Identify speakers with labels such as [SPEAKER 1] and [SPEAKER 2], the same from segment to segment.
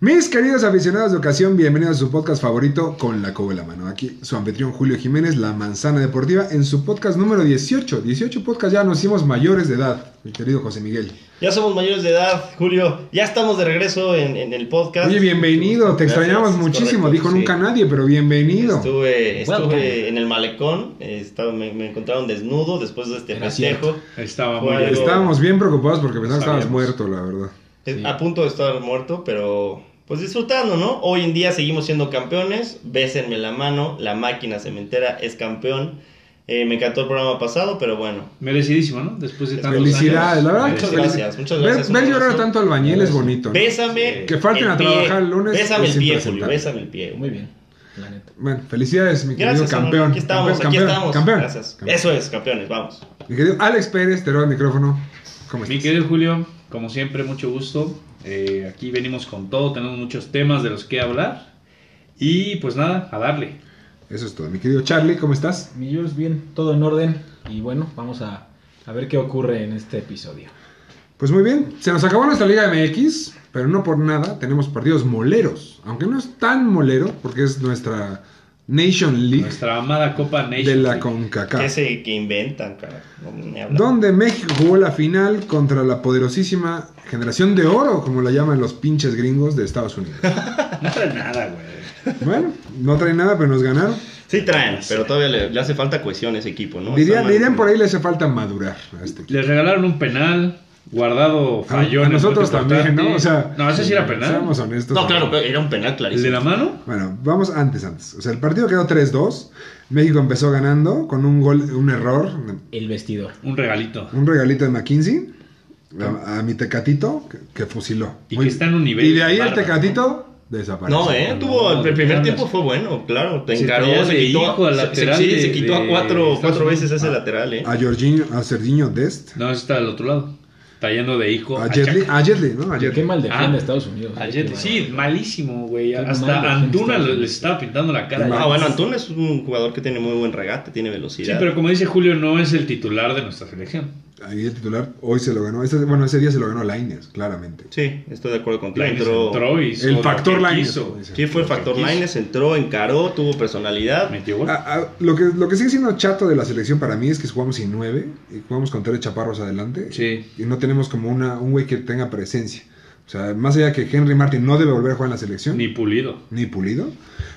[SPEAKER 1] Mis queridos aficionados de ocasión, bienvenidos a su podcast favorito con la coba en la mano. Aquí su anfitrión Julio Jiménez, La Manzana Deportiva, en su podcast número 18. 18 podcast ya nos hicimos mayores de edad, mi querido José Miguel.
[SPEAKER 2] Ya somos mayores de edad, Julio. Ya estamos de regreso en, en el podcast.
[SPEAKER 1] Oye, bienvenido, te extrañamos
[SPEAKER 2] Gracias, es
[SPEAKER 1] muchísimo,
[SPEAKER 2] correcto,
[SPEAKER 1] dijo
[SPEAKER 2] sí.
[SPEAKER 1] nunca nadie, pero bienvenido.
[SPEAKER 2] Estuve, estuve
[SPEAKER 3] Welcome.
[SPEAKER 2] en el malecón, eh, estaba- me, me encontraron desnudo después de este
[SPEAKER 3] Era
[SPEAKER 2] festejo.
[SPEAKER 3] Estaba
[SPEAKER 2] Fue
[SPEAKER 3] muy bien.
[SPEAKER 2] algo-
[SPEAKER 1] Estábamos bien preocupados porque pensamos que estabas
[SPEAKER 3] Sabíamos.
[SPEAKER 1] muerto, la verdad.
[SPEAKER 2] Es-
[SPEAKER 3] Sí.
[SPEAKER 2] A punto de estar muerto, pero pues disfrutando, ¿no? Hoy en día seguimos siendo campeones. Bésenme la mano, la máquina cementera es campeón. Eh, me encantó el programa pasado, pero bueno.
[SPEAKER 3] Merecidísimo, ¿no? Después de tantos
[SPEAKER 1] Felicidades,
[SPEAKER 3] años.
[SPEAKER 1] la verdad.
[SPEAKER 2] Muchas
[SPEAKER 1] que
[SPEAKER 3] Merecido.
[SPEAKER 2] gracias,
[SPEAKER 1] felici-
[SPEAKER 2] muchas
[SPEAKER 1] Ver-
[SPEAKER 2] gracias, un
[SPEAKER 1] Ver, llorar a
[SPEAKER 2] abrazo.
[SPEAKER 1] tanto albañil es bonito. ¿no?
[SPEAKER 2] Bésame.
[SPEAKER 1] Que falten
[SPEAKER 2] el
[SPEAKER 1] a
[SPEAKER 2] pie.
[SPEAKER 1] trabajar el lunes,
[SPEAKER 2] Bésame
[SPEAKER 1] es
[SPEAKER 2] el pie,
[SPEAKER 1] impresentable.
[SPEAKER 2] Julio. Bésame el pie.
[SPEAKER 3] Muy bien, la neta.
[SPEAKER 1] Bueno, felicidades, mi querido
[SPEAKER 2] Gracias,
[SPEAKER 1] campeón.
[SPEAKER 2] campeón. Aquí estamos,
[SPEAKER 1] Campeón,
[SPEAKER 2] aquí
[SPEAKER 1] campeón,
[SPEAKER 2] estamos.
[SPEAKER 1] campeón.
[SPEAKER 2] Gracias.
[SPEAKER 1] Campeón.
[SPEAKER 2] Eso es, campeones, vamos.
[SPEAKER 1] Mi querido Alex Pérez, te doy el micrófono. ¿Cómo
[SPEAKER 3] Mi
[SPEAKER 1] estás?
[SPEAKER 3] querido Julio, como siempre, mucho gusto. Eh, aquí venimos con todo, tenemos muchos temas de los que hablar. Y pues nada, a darle.
[SPEAKER 1] Eso es todo. Mi querido Charlie, ¿cómo estás?
[SPEAKER 4] Mi Jules, bien, todo en orden. Y bueno, vamos a, a ver qué ocurre en este episodio.
[SPEAKER 1] Pues muy bien. Se nos acabó nuestra Liga MX, pero no por nada. Tenemos partidos moleros. Aunque no es tan molero, porque es nuestra Nation League
[SPEAKER 3] Nuestra amada Copa Nation.
[SPEAKER 1] de la
[SPEAKER 3] Sí.
[SPEAKER 1] CONCACAF.
[SPEAKER 2] ¿Qué se que inventan, cara? No, ni hablar.
[SPEAKER 1] Donde México jugó la final contra la poderosísima generación de oro, como la llaman los pinches gringos de Estados Unidos.
[SPEAKER 3] No trae nada, güey.
[SPEAKER 1] Bueno, no traen nada, pero nos ganaron.
[SPEAKER 2] Sí traen, pero todavía le, le hace falta cohesión a ese equipo, ¿no? Está
[SPEAKER 1] Dirían,
[SPEAKER 2] mal.
[SPEAKER 1] dirían por ahí le hace falta madurar a este equipo.
[SPEAKER 3] Les regalaron un penal, guardado
[SPEAKER 1] Ah, A-
[SPEAKER 3] falló.
[SPEAKER 1] a
[SPEAKER 3] en el
[SPEAKER 1] nosotros
[SPEAKER 3] momento
[SPEAKER 1] también, ¿no? O
[SPEAKER 3] importante.
[SPEAKER 1] sea,
[SPEAKER 3] no, ese sí era penal.
[SPEAKER 1] Seamos honestos.
[SPEAKER 2] No, claro, pero era un penal
[SPEAKER 3] ¿El de
[SPEAKER 2] clarísimo.
[SPEAKER 3] la mano?
[SPEAKER 1] Bueno, vamos antes, antes. O sea, el partido quedó 3-2. México empezó ganando con un gol, un error,
[SPEAKER 4] El vestidor.
[SPEAKER 3] Un regalito.
[SPEAKER 1] un regalito de McKinsey a, a mi Tecatito que, que fusiló.
[SPEAKER 3] Y que está en un nivel
[SPEAKER 1] Y de ahí el
[SPEAKER 3] bárbaro,
[SPEAKER 1] Tecatito desapareció.
[SPEAKER 2] No, eh,
[SPEAKER 3] No,
[SPEAKER 2] tuvo, el primer
[SPEAKER 3] no,
[SPEAKER 2] tiempo
[SPEAKER 3] no.
[SPEAKER 2] fue bueno, claro, te
[SPEAKER 3] Se
[SPEAKER 2] encaró,
[SPEAKER 3] traía
[SPEAKER 2] se
[SPEAKER 3] de
[SPEAKER 2] quitó,
[SPEAKER 3] hijo al
[SPEAKER 2] se-
[SPEAKER 3] lateral
[SPEAKER 2] sí,
[SPEAKER 3] de-
[SPEAKER 2] se quitó a
[SPEAKER 3] de
[SPEAKER 2] cuatro,
[SPEAKER 3] Estados
[SPEAKER 2] cuatro
[SPEAKER 3] Unidos.
[SPEAKER 2] veces ese
[SPEAKER 3] Ah.
[SPEAKER 2] lateral, eh.
[SPEAKER 1] A Jorginho, a Serginho Dest.
[SPEAKER 3] No, está del otro lado. Tallando de hijo.
[SPEAKER 1] A Jet Li,
[SPEAKER 3] Chaca.
[SPEAKER 1] a Jet Li, ¿no? A Jet
[SPEAKER 4] Qué
[SPEAKER 1] Li.
[SPEAKER 4] mal
[SPEAKER 3] Ah,
[SPEAKER 4] defiende Estados Unidos.
[SPEAKER 3] A
[SPEAKER 4] eh,
[SPEAKER 3] Jet
[SPEAKER 4] qué
[SPEAKER 3] Li. Sí,
[SPEAKER 4] bárbaro.
[SPEAKER 3] malísimo, güey.
[SPEAKER 4] Qué
[SPEAKER 3] Hasta
[SPEAKER 4] malo,
[SPEAKER 3] Antuna
[SPEAKER 4] Estados
[SPEAKER 3] le, le
[SPEAKER 4] Unidos.
[SPEAKER 3] estaba pintando la cara.
[SPEAKER 2] Ah,
[SPEAKER 3] ya.
[SPEAKER 2] bueno, Antuna es un jugador que tiene muy buen regate, tiene
[SPEAKER 3] Sí,
[SPEAKER 2] velocidad.
[SPEAKER 3] pero como dice Julio, no es el titular de nuestra selección.
[SPEAKER 1] Ahí el titular hoy se lo ganó. Este- bueno, ese día se lo ganó Lainez, claramente.
[SPEAKER 2] Sí, estoy de acuerdo contigo.
[SPEAKER 3] Lainez
[SPEAKER 2] Entró,
[SPEAKER 3] entró y hizo
[SPEAKER 1] El
[SPEAKER 3] lo
[SPEAKER 1] factor
[SPEAKER 3] que
[SPEAKER 1] Lainez.
[SPEAKER 3] quiso.
[SPEAKER 2] Sí, fue el factor Lines, entró, encaró, tuvo personalidad.
[SPEAKER 3] Metió gol.
[SPEAKER 1] A- a- lo, que, lo que sigue siendo chato de la selección para mí es que jugamos sin nueve y jugamos con tres chaparros adelante.
[SPEAKER 3] Sí.
[SPEAKER 1] Y no tenemos como una, un güey que tenga presencia. O sea, más allá que Henry Martin no debe volver a jugar en la selección,
[SPEAKER 3] Ni
[SPEAKER 1] ni,
[SPEAKER 3] pulido.
[SPEAKER 1] pulido.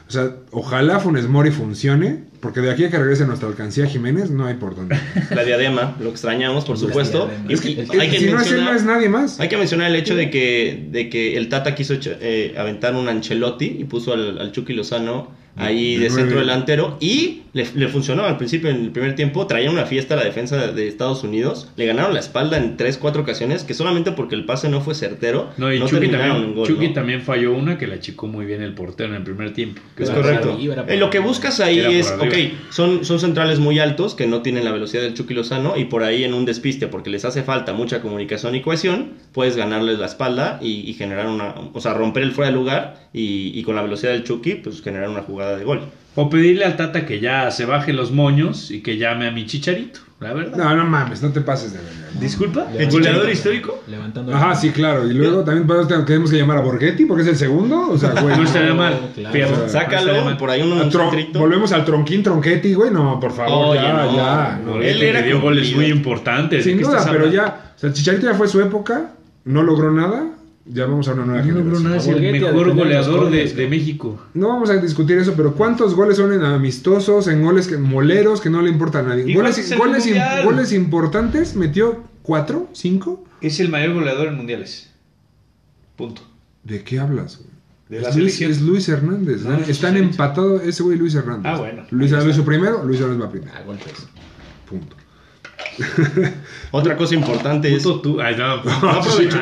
[SPEAKER 1] O sea, ojalá Funes Mori funcione, porque de aquí a que regrese nuestra alcancía Jiménez, no hay por dónde.
[SPEAKER 2] La diadema, lo extrañamos, por
[SPEAKER 4] La
[SPEAKER 2] supuesto.
[SPEAKER 4] diadema.
[SPEAKER 2] Y es que
[SPEAKER 4] Es
[SPEAKER 2] hay que
[SPEAKER 1] si no es él,
[SPEAKER 2] mencionar-
[SPEAKER 1] no es nadie más.
[SPEAKER 2] Hay que mencionar el hecho de que, de que el Tata quiso echa- eh, aventar un Ancelotti y puso al, al Chucky Lozano ahí
[SPEAKER 1] De
[SPEAKER 2] de
[SPEAKER 1] nueve.
[SPEAKER 2] centro delantero y le, le funcionó al principio en el primer tiempo. Traían una fiesta a la defensa de Estados Unidos. Le ganaron la espalda en 3-4 ocasiones que solamente porque el pase no fue certero
[SPEAKER 3] No, y Chucky,
[SPEAKER 2] terminaron
[SPEAKER 3] también,
[SPEAKER 2] en gol,
[SPEAKER 3] Chucky
[SPEAKER 2] ¿no?
[SPEAKER 3] también falló una que la achicó muy bien el portero en el primer tiempo. Que
[SPEAKER 2] Es
[SPEAKER 3] era-
[SPEAKER 2] correcto.
[SPEAKER 4] arriba, era por
[SPEAKER 2] Eh, lo que
[SPEAKER 4] arriba.
[SPEAKER 2] buscas ahí
[SPEAKER 3] Era por
[SPEAKER 2] es, ok,
[SPEAKER 3] arriba.
[SPEAKER 2] son, son centrales muy altos que no tienen la velocidad del Chucky Lozano y por ahí en un despiste, porque les hace falta mucha comunicación y cohesión, puedes ganarles la espalda y, y generar una, o sea, romper el fuera de lugar y, y con la velocidad del Chucky, pues generar una jugada de gol.
[SPEAKER 3] O pedirle al Tata que ya se baje los moños y que llame a mi chicharito, la verdad.
[SPEAKER 1] No, no mames, no te pases de verga. ¿no?
[SPEAKER 3] Disculpa,
[SPEAKER 4] Levantando-
[SPEAKER 3] el goleador histórico.
[SPEAKER 4] Levantando. la
[SPEAKER 1] Ajá,
[SPEAKER 4] mano.
[SPEAKER 1] sí, claro. Y luego también podemos- tenemos que llamar a Borghetti porque es el segundo. O sea, güey.
[SPEAKER 3] No
[SPEAKER 1] Pues
[SPEAKER 3] este
[SPEAKER 1] no.
[SPEAKER 3] estaría mal.
[SPEAKER 4] claro.
[SPEAKER 3] Fierro, no estaría
[SPEAKER 2] Sácalo,
[SPEAKER 3] mal.
[SPEAKER 2] por ahí un, un
[SPEAKER 1] A Tron-
[SPEAKER 2] centrito.
[SPEAKER 1] volvemos al tronquín, tronquetti, güey. No, por favor,
[SPEAKER 3] Oh,
[SPEAKER 2] Oye,
[SPEAKER 1] ya,
[SPEAKER 2] no.
[SPEAKER 1] ya. no.
[SPEAKER 3] Él
[SPEAKER 2] Él era
[SPEAKER 3] era
[SPEAKER 2] cumplido.
[SPEAKER 3] dio goles muy importantes. ¿de
[SPEAKER 1] Sin
[SPEAKER 3] qué
[SPEAKER 1] duda,
[SPEAKER 3] estás
[SPEAKER 1] pero
[SPEAKER 3] hablando?
[SPEAKER 1] ya. O sea, Chicharito ya fue su época, no logró nada. Ya vamos a una nueva
[SPEAKER 3] No logró
[SPEAKER 1] generación.
[SPEAKER 3] nada, es
[SPEAKER 4] Por
[SPEAKER 3] el
[SPEAKER 4] Borghetti, a
[SPEAKER 3] mejor
[SPEAKER 4] defender los
[SPEAKER 3] goleador de,
[SPEAKER 4] goles,
[SPEAKER 3] de
[SPEAKER 4] ¿no?
[SPEAKER 3] México.
[SPEAKER 1] No vamos a discutir eso, pero ¿cuántos goles son en amistosos, en goles que, moleros que no le importa a nadie?
[SPEAKER 3] ¿Y cuántos
[SPEAKER 1] Goles,
[SPEAKER 3] en
[SPEAKER 1] goles,
[SPEAKER 3] el
[SPEAKER 1] im-
[SPEAKER 3] Mundial?
[SPEAKER 1] goles importantes, metió cuatro, cinco.
[SPEAKER 3] Es el mayor goleador en mundiales. Punto.
[SPEAKER 1] ¿De qué hablas, güey?
[SPEAKER 3] De la
[SPEAKER 1] es, Luis,
[SPEAKER 3] selección.
[SPEAKER 1] es Luis Hernández.
[SPEAKER 3] No,
[SPEAKER 1] ¿no?
[SPEAKER 3] es
[SPEAKER 1] Están
[SPEAKER 3] Chicharito.
[SPEAKER 1] empatados ese güey y Luis Hernández.
[SPEAKER 3] Ah, bueno.
[SPEAKER 1] Luis
[SPEAKER 3] Ahí
[SPEAKER 1] Hernández
[SPEAKER 3] está. Ah,
[SPEAKER 1] hizo primero, Luis Hernández va primero.
[SPEAKER 4] A golpes.
[SPEAKER 1] Punto.
[SPEAKER 2] Otra cosa importante es...
[SPEAKER 3] Puto tú. Ay, no.
[SPEAKER 2] No pues, aprovechó,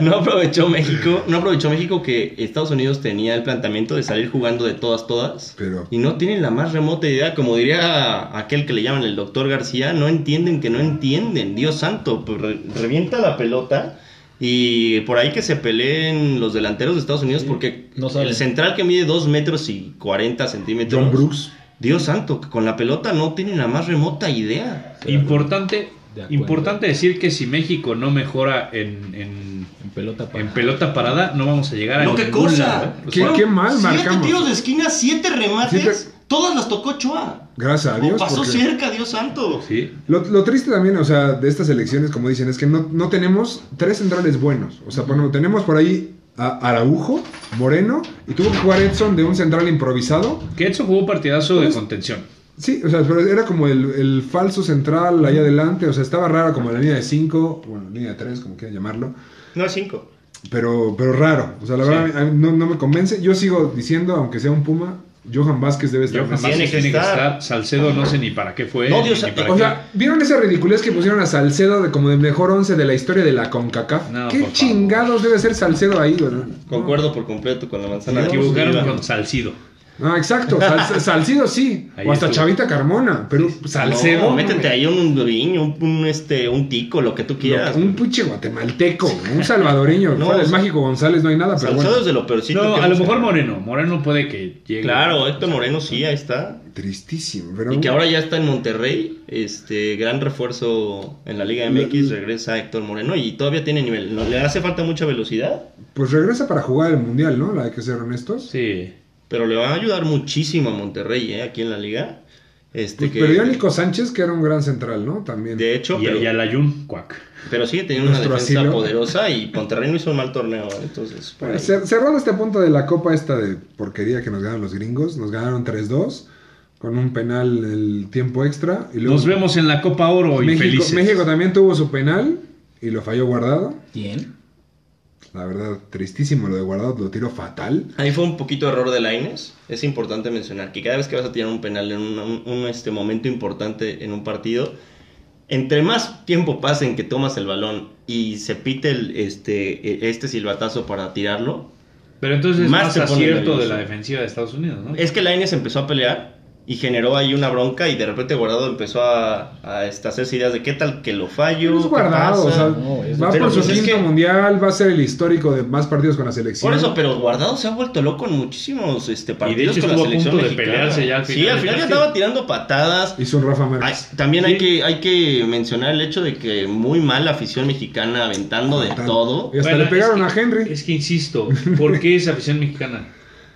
[SPEAKER 2] no aprovechó México, no aprovechó México que Estados Unidos tenía el planteamiento de salir jugando de todas, todas.
[SPEAKER 1] Pero-
[SPEAKER 2] Y no tienen la más remota idea, como diría aquel que le llaman el doctor García, no entienden que no entienden. Dios santo, pues, re- revienta la pelota. Y por ahí que se peleen los delanteros de Estados Unidos
[SPEAKER 4] Sí,
[SPEAKER 2] porque
[SPEAKER 4] no saben.
[SPEAKER 2] el central que mide 2 metros y 40 centímetros.
[SPEAKER 1] John Brooks.
[SPEAKER 2] Dios santo, que con la pelota no tienen la más remota idea.
[SPEAKER 3] Importante,
[SPEAKER 4] De acuerdo.
[SPEAKER 3] importante decir que si México no mejora en, en,
[SPEAKER 4] En pelota para.
[SPEAKER 3] en pelota parada, no vamos a llegar a
[SPEAKER 2] No, qué
[SPEAKER 3] ningún
[SPEAKER 2] cosa.
[SPEAKER 3] lado, ¿eh? O
[SPEAKER 1] Qué-
[SPEAKER 3] sea,
[SPEAKER 1] qué mal marcamos.
[SPEAKER 2] esquina, siete remates,
[SPEAKER 1] Siete-
[SPEAKER 2] todas las tocó Ochoa.
[SPEAKER 1] Gracias
[SPEAKER 3] Oh,
[SPEAKER 1] a Dios. porque-
[SPEAKER 2] Dios santo.
[SPEAKER 3] Sí.
[SPEAKER 1] Lo, lo triste también, o sea, de estas elecciones, como dicen, es que no, no tenemos tres centrales buenos. O sea, bueno, tenemos por ahí a Araujo, Moreno, y tuvo que jugar Edson de un central improvisado.
[SPEAKER 3] Que Edson jugó un partidazo
[SPEAKER 1] Pues,
[SPEAKER 3] de contención.
[SPEAKER 2] pues,
[SPEAKER 1] Sí, o sea, pero era como el, el falso central ahí adelante, o sea, estaba raro como la línea de 5, bueno, línea de 3, como quieran llamarlo,
[SPEAKER 2] No, cinco.
[SPEAKER 1] pero, pero raro, o sea, la
[SPEAKER 3] Sí.
[SPEAKER 1] verdad a mí no, no me convence. Yo sigo diciendo, aunque sea un Puma, Johan Vázquez debe estar.
[SPEAKER 3] Yo jamás
[SPEAKER 2] Tiene
[SPEAKER 3] tiene
[SPEAKER 2] que
[SPEAKER 3] que,
[SPEAKER 2] estar.
[SPEAKER 3] estar. Salcedo no sé ni para qué fue.
[SPEAKER 2] No,
[SPEAKER 3] ni-
[SPEAKER 2] Dios,
[SPEAKER 3] ni para
[SPEAKER 1] O
[SPEAKER 3] qué.
[SPEAKER 1] sea, ¿vieron esa ridiculez que pusieron a Salcedo de como el mejor 11 de la historia de la CONCACAF?
[SPEAKER 3] No, por
[SPEAKER 1] ¿Qué
[SPEAKER 3] favor.
[SPEAKER 1] chingados debe ser Salcedo ahí, güey?
[SPEAKER 2] Concuerdo por completo con la
[SPEAKER 3] se
[SPEAKER 2] manzana.
[SPEAKER 3] me equivocaron
[SPEAKER 2] Dios,
[SPEAKER 3] con Salcido.
[SPEAKER 1] No, exacto, Sal- Salcedo sí,
[SPEAKER 3] Ahí
[SPEAKER 1] o hasta
[SPEAKER 3] estuvo.
[SPEAKER 1] Chavita Carmona, pero Salcedo...
[SPEAKER 2] No,
[SPEAKER 1] no,
[SPEAKER 2] métete
[SPEAKER 1] güey.
[SPEAKER 2] ahí un viño, un, un, este, un tico, lo que tú quieras.
[SPEAKER 1] un pinche guatemalteco, un salvadoreño,
[SPEAKER 2] No,
[SPEAKER 1] fuera del
[SPEAKER 2] o sea,
[SPEAKER 1] Mágico González no hay nada, pero
[SPEAKER 2] Salcedo
[SPEAKER 1] bueno.
[SPEAKER 2] es de lo peorcito.
[SPEAKER 3] No,
[SPEAKER 2] que
[SPEAKER 3] a lo
[SPEAKER 2] hemos-
[SPEAKER 3] mejor Moreno. Moreno puede que llegue.
[SPEAKER 2] Claro, Héctor Moreno sí, ahí está.
[SPEAKER 1] Tristísimo, pero.
[SPEAKER 2] Y que ahora ya está en Monterrey, este gran refuerzo en la Liga MX, regresa Héctor Moreno y todavía tiene nivel. No, le hace falta mucha velocidad,
[SPEAKER 1] Pues regresa para jugar el mundial, ¿no? La hay que ser honestos.
[SPEAKER 3] Sí.
[SPEAKER 2] pero le va a ayudar muchísimo a Monterrey, ¿eh? Aquí en la liga. Este,
[SPEAKER 1] Pues
[SPEAKER 2] que,
[SPEAKER 1] perdió a Nico Sánchez, que era un gran central, ¿no? También.
[SPEAKER 2] De hecho,
[SPEAKER 3] Y,
[SPEAKER 2] pero,
[SPEAKER 3] y Alayun, cuac.
[SPEAKER 2] pero sigue teniendo una
[SPEAKER 1] Nuestro
[SPEAKER 2] defensa
[SPEAKER 1] asilo.
[SPEAKER 2] poderosa y Monterrey no hizo un mal torneo. ¿eh? Entonces, por
[SPEAKER 1] Bueno,
[SPEAKER 2] ahí.
[SPEAKER 1] cer- cerrando este punto de la copa esta de porquería que nos ganaron los gringos, nos ganaron 3-2 con un penal el tiempo extra y luego
[SPEAKER 3] Nos vemos en la Copa Oro y
[SPEAKER 1] México,
[SPEAKER 3] felices.
[SPEAKER 1] México también tuvo su penal y lo falló guardado.
[SPEAKER 4] ¿Quién?
[SPEAKER 1] La verdad, tristísimo lo de guardado, lo tiró fatal.
[SPEAKER 2] ahí fue un poquito error de Laines. Es importante mencionar que cada vez que vas a tirar un penal en un, un- un, este momento importante en un partido, entre más tiempo pase en que tomas el balón y se pite el, este, este silbatazo para tirarlo,
[SPEAKER 3] Pero entonces es
[SPEAKER 2] Más
[SPEAKER 3] más
[SPEAKER 2] se pone
[SPEAKER 3] acierto de
[SPEAKER 2] nervioso.
[SPEAKER 3] la defensiva de Estados Unidos, ¿no?
[SPEAKER 2] Es que Lainez empezó a pelear y generó ahí una bronca y de repente Guardado empezó a, a este, hacerse ideas de qué tal que lo fallo.
[SPEAKER 1] Pero es
[SPEAKER 2] qué
[SPEAKER 1] guardado, o
[SPEAKER 2] pasa.
[SPEAKER 1] sea,
[SPEAKER 4] No, es-
[SPEAKER 1] va
[SPEAKER 2] pero
[SPEAKER 1] por su
[SPEAKER 2] pues es
[SPEAKER 1] quinto
[SPEAKER 2] que-
[SPEAKER 1] mundial, va a ser el histórico de más partidos con la selección.
[SPEAKER 2] Por eso, pero Guardado se ha vuelto loco en muchísimos este, partidos
[SPEAKER 3] hecho
[SPEAKER 2] con la
[SPEAKER 3] estuvo a
[SPEAKER 2] selección
[SPEAKER 3] punto de
[SPEAKER 2] mexicana.
[SPEAKER 3] pelearse ya al
[SPEAKER 2] Sí,
[SPEAKER 3] final
[SPEAKER 2] al
[SPEAKER 3] del
[SPEAKER 2] final ya
[SPEAKER 3] partido.
[SPEAKER 2] estaba tirando patadas.
[SPEAKER 1] Hizo un Rafa Márquez.
[SPEAKER 2] Ay, también hay,
[SPEAKER 3] Sí.
[SPEAKER 2] que, hay que mencionar el hecho de que muy mal la afición mexicana aventando de
[SPEAKER 1] Tan-
[SPEAKER 2] todo.
[SPEAKER 1] Y hasta
[SPEAKER 3] Bueno,
[SPEAKER 1] le pegaron
[SPEAKER 3] es
[SPEAKER 1] a
[SPEAKER 3] que-
[SPEAKER 1] Henry.
[SPEAKER 3] Es que insisto, ¿por qué es afición mexicana?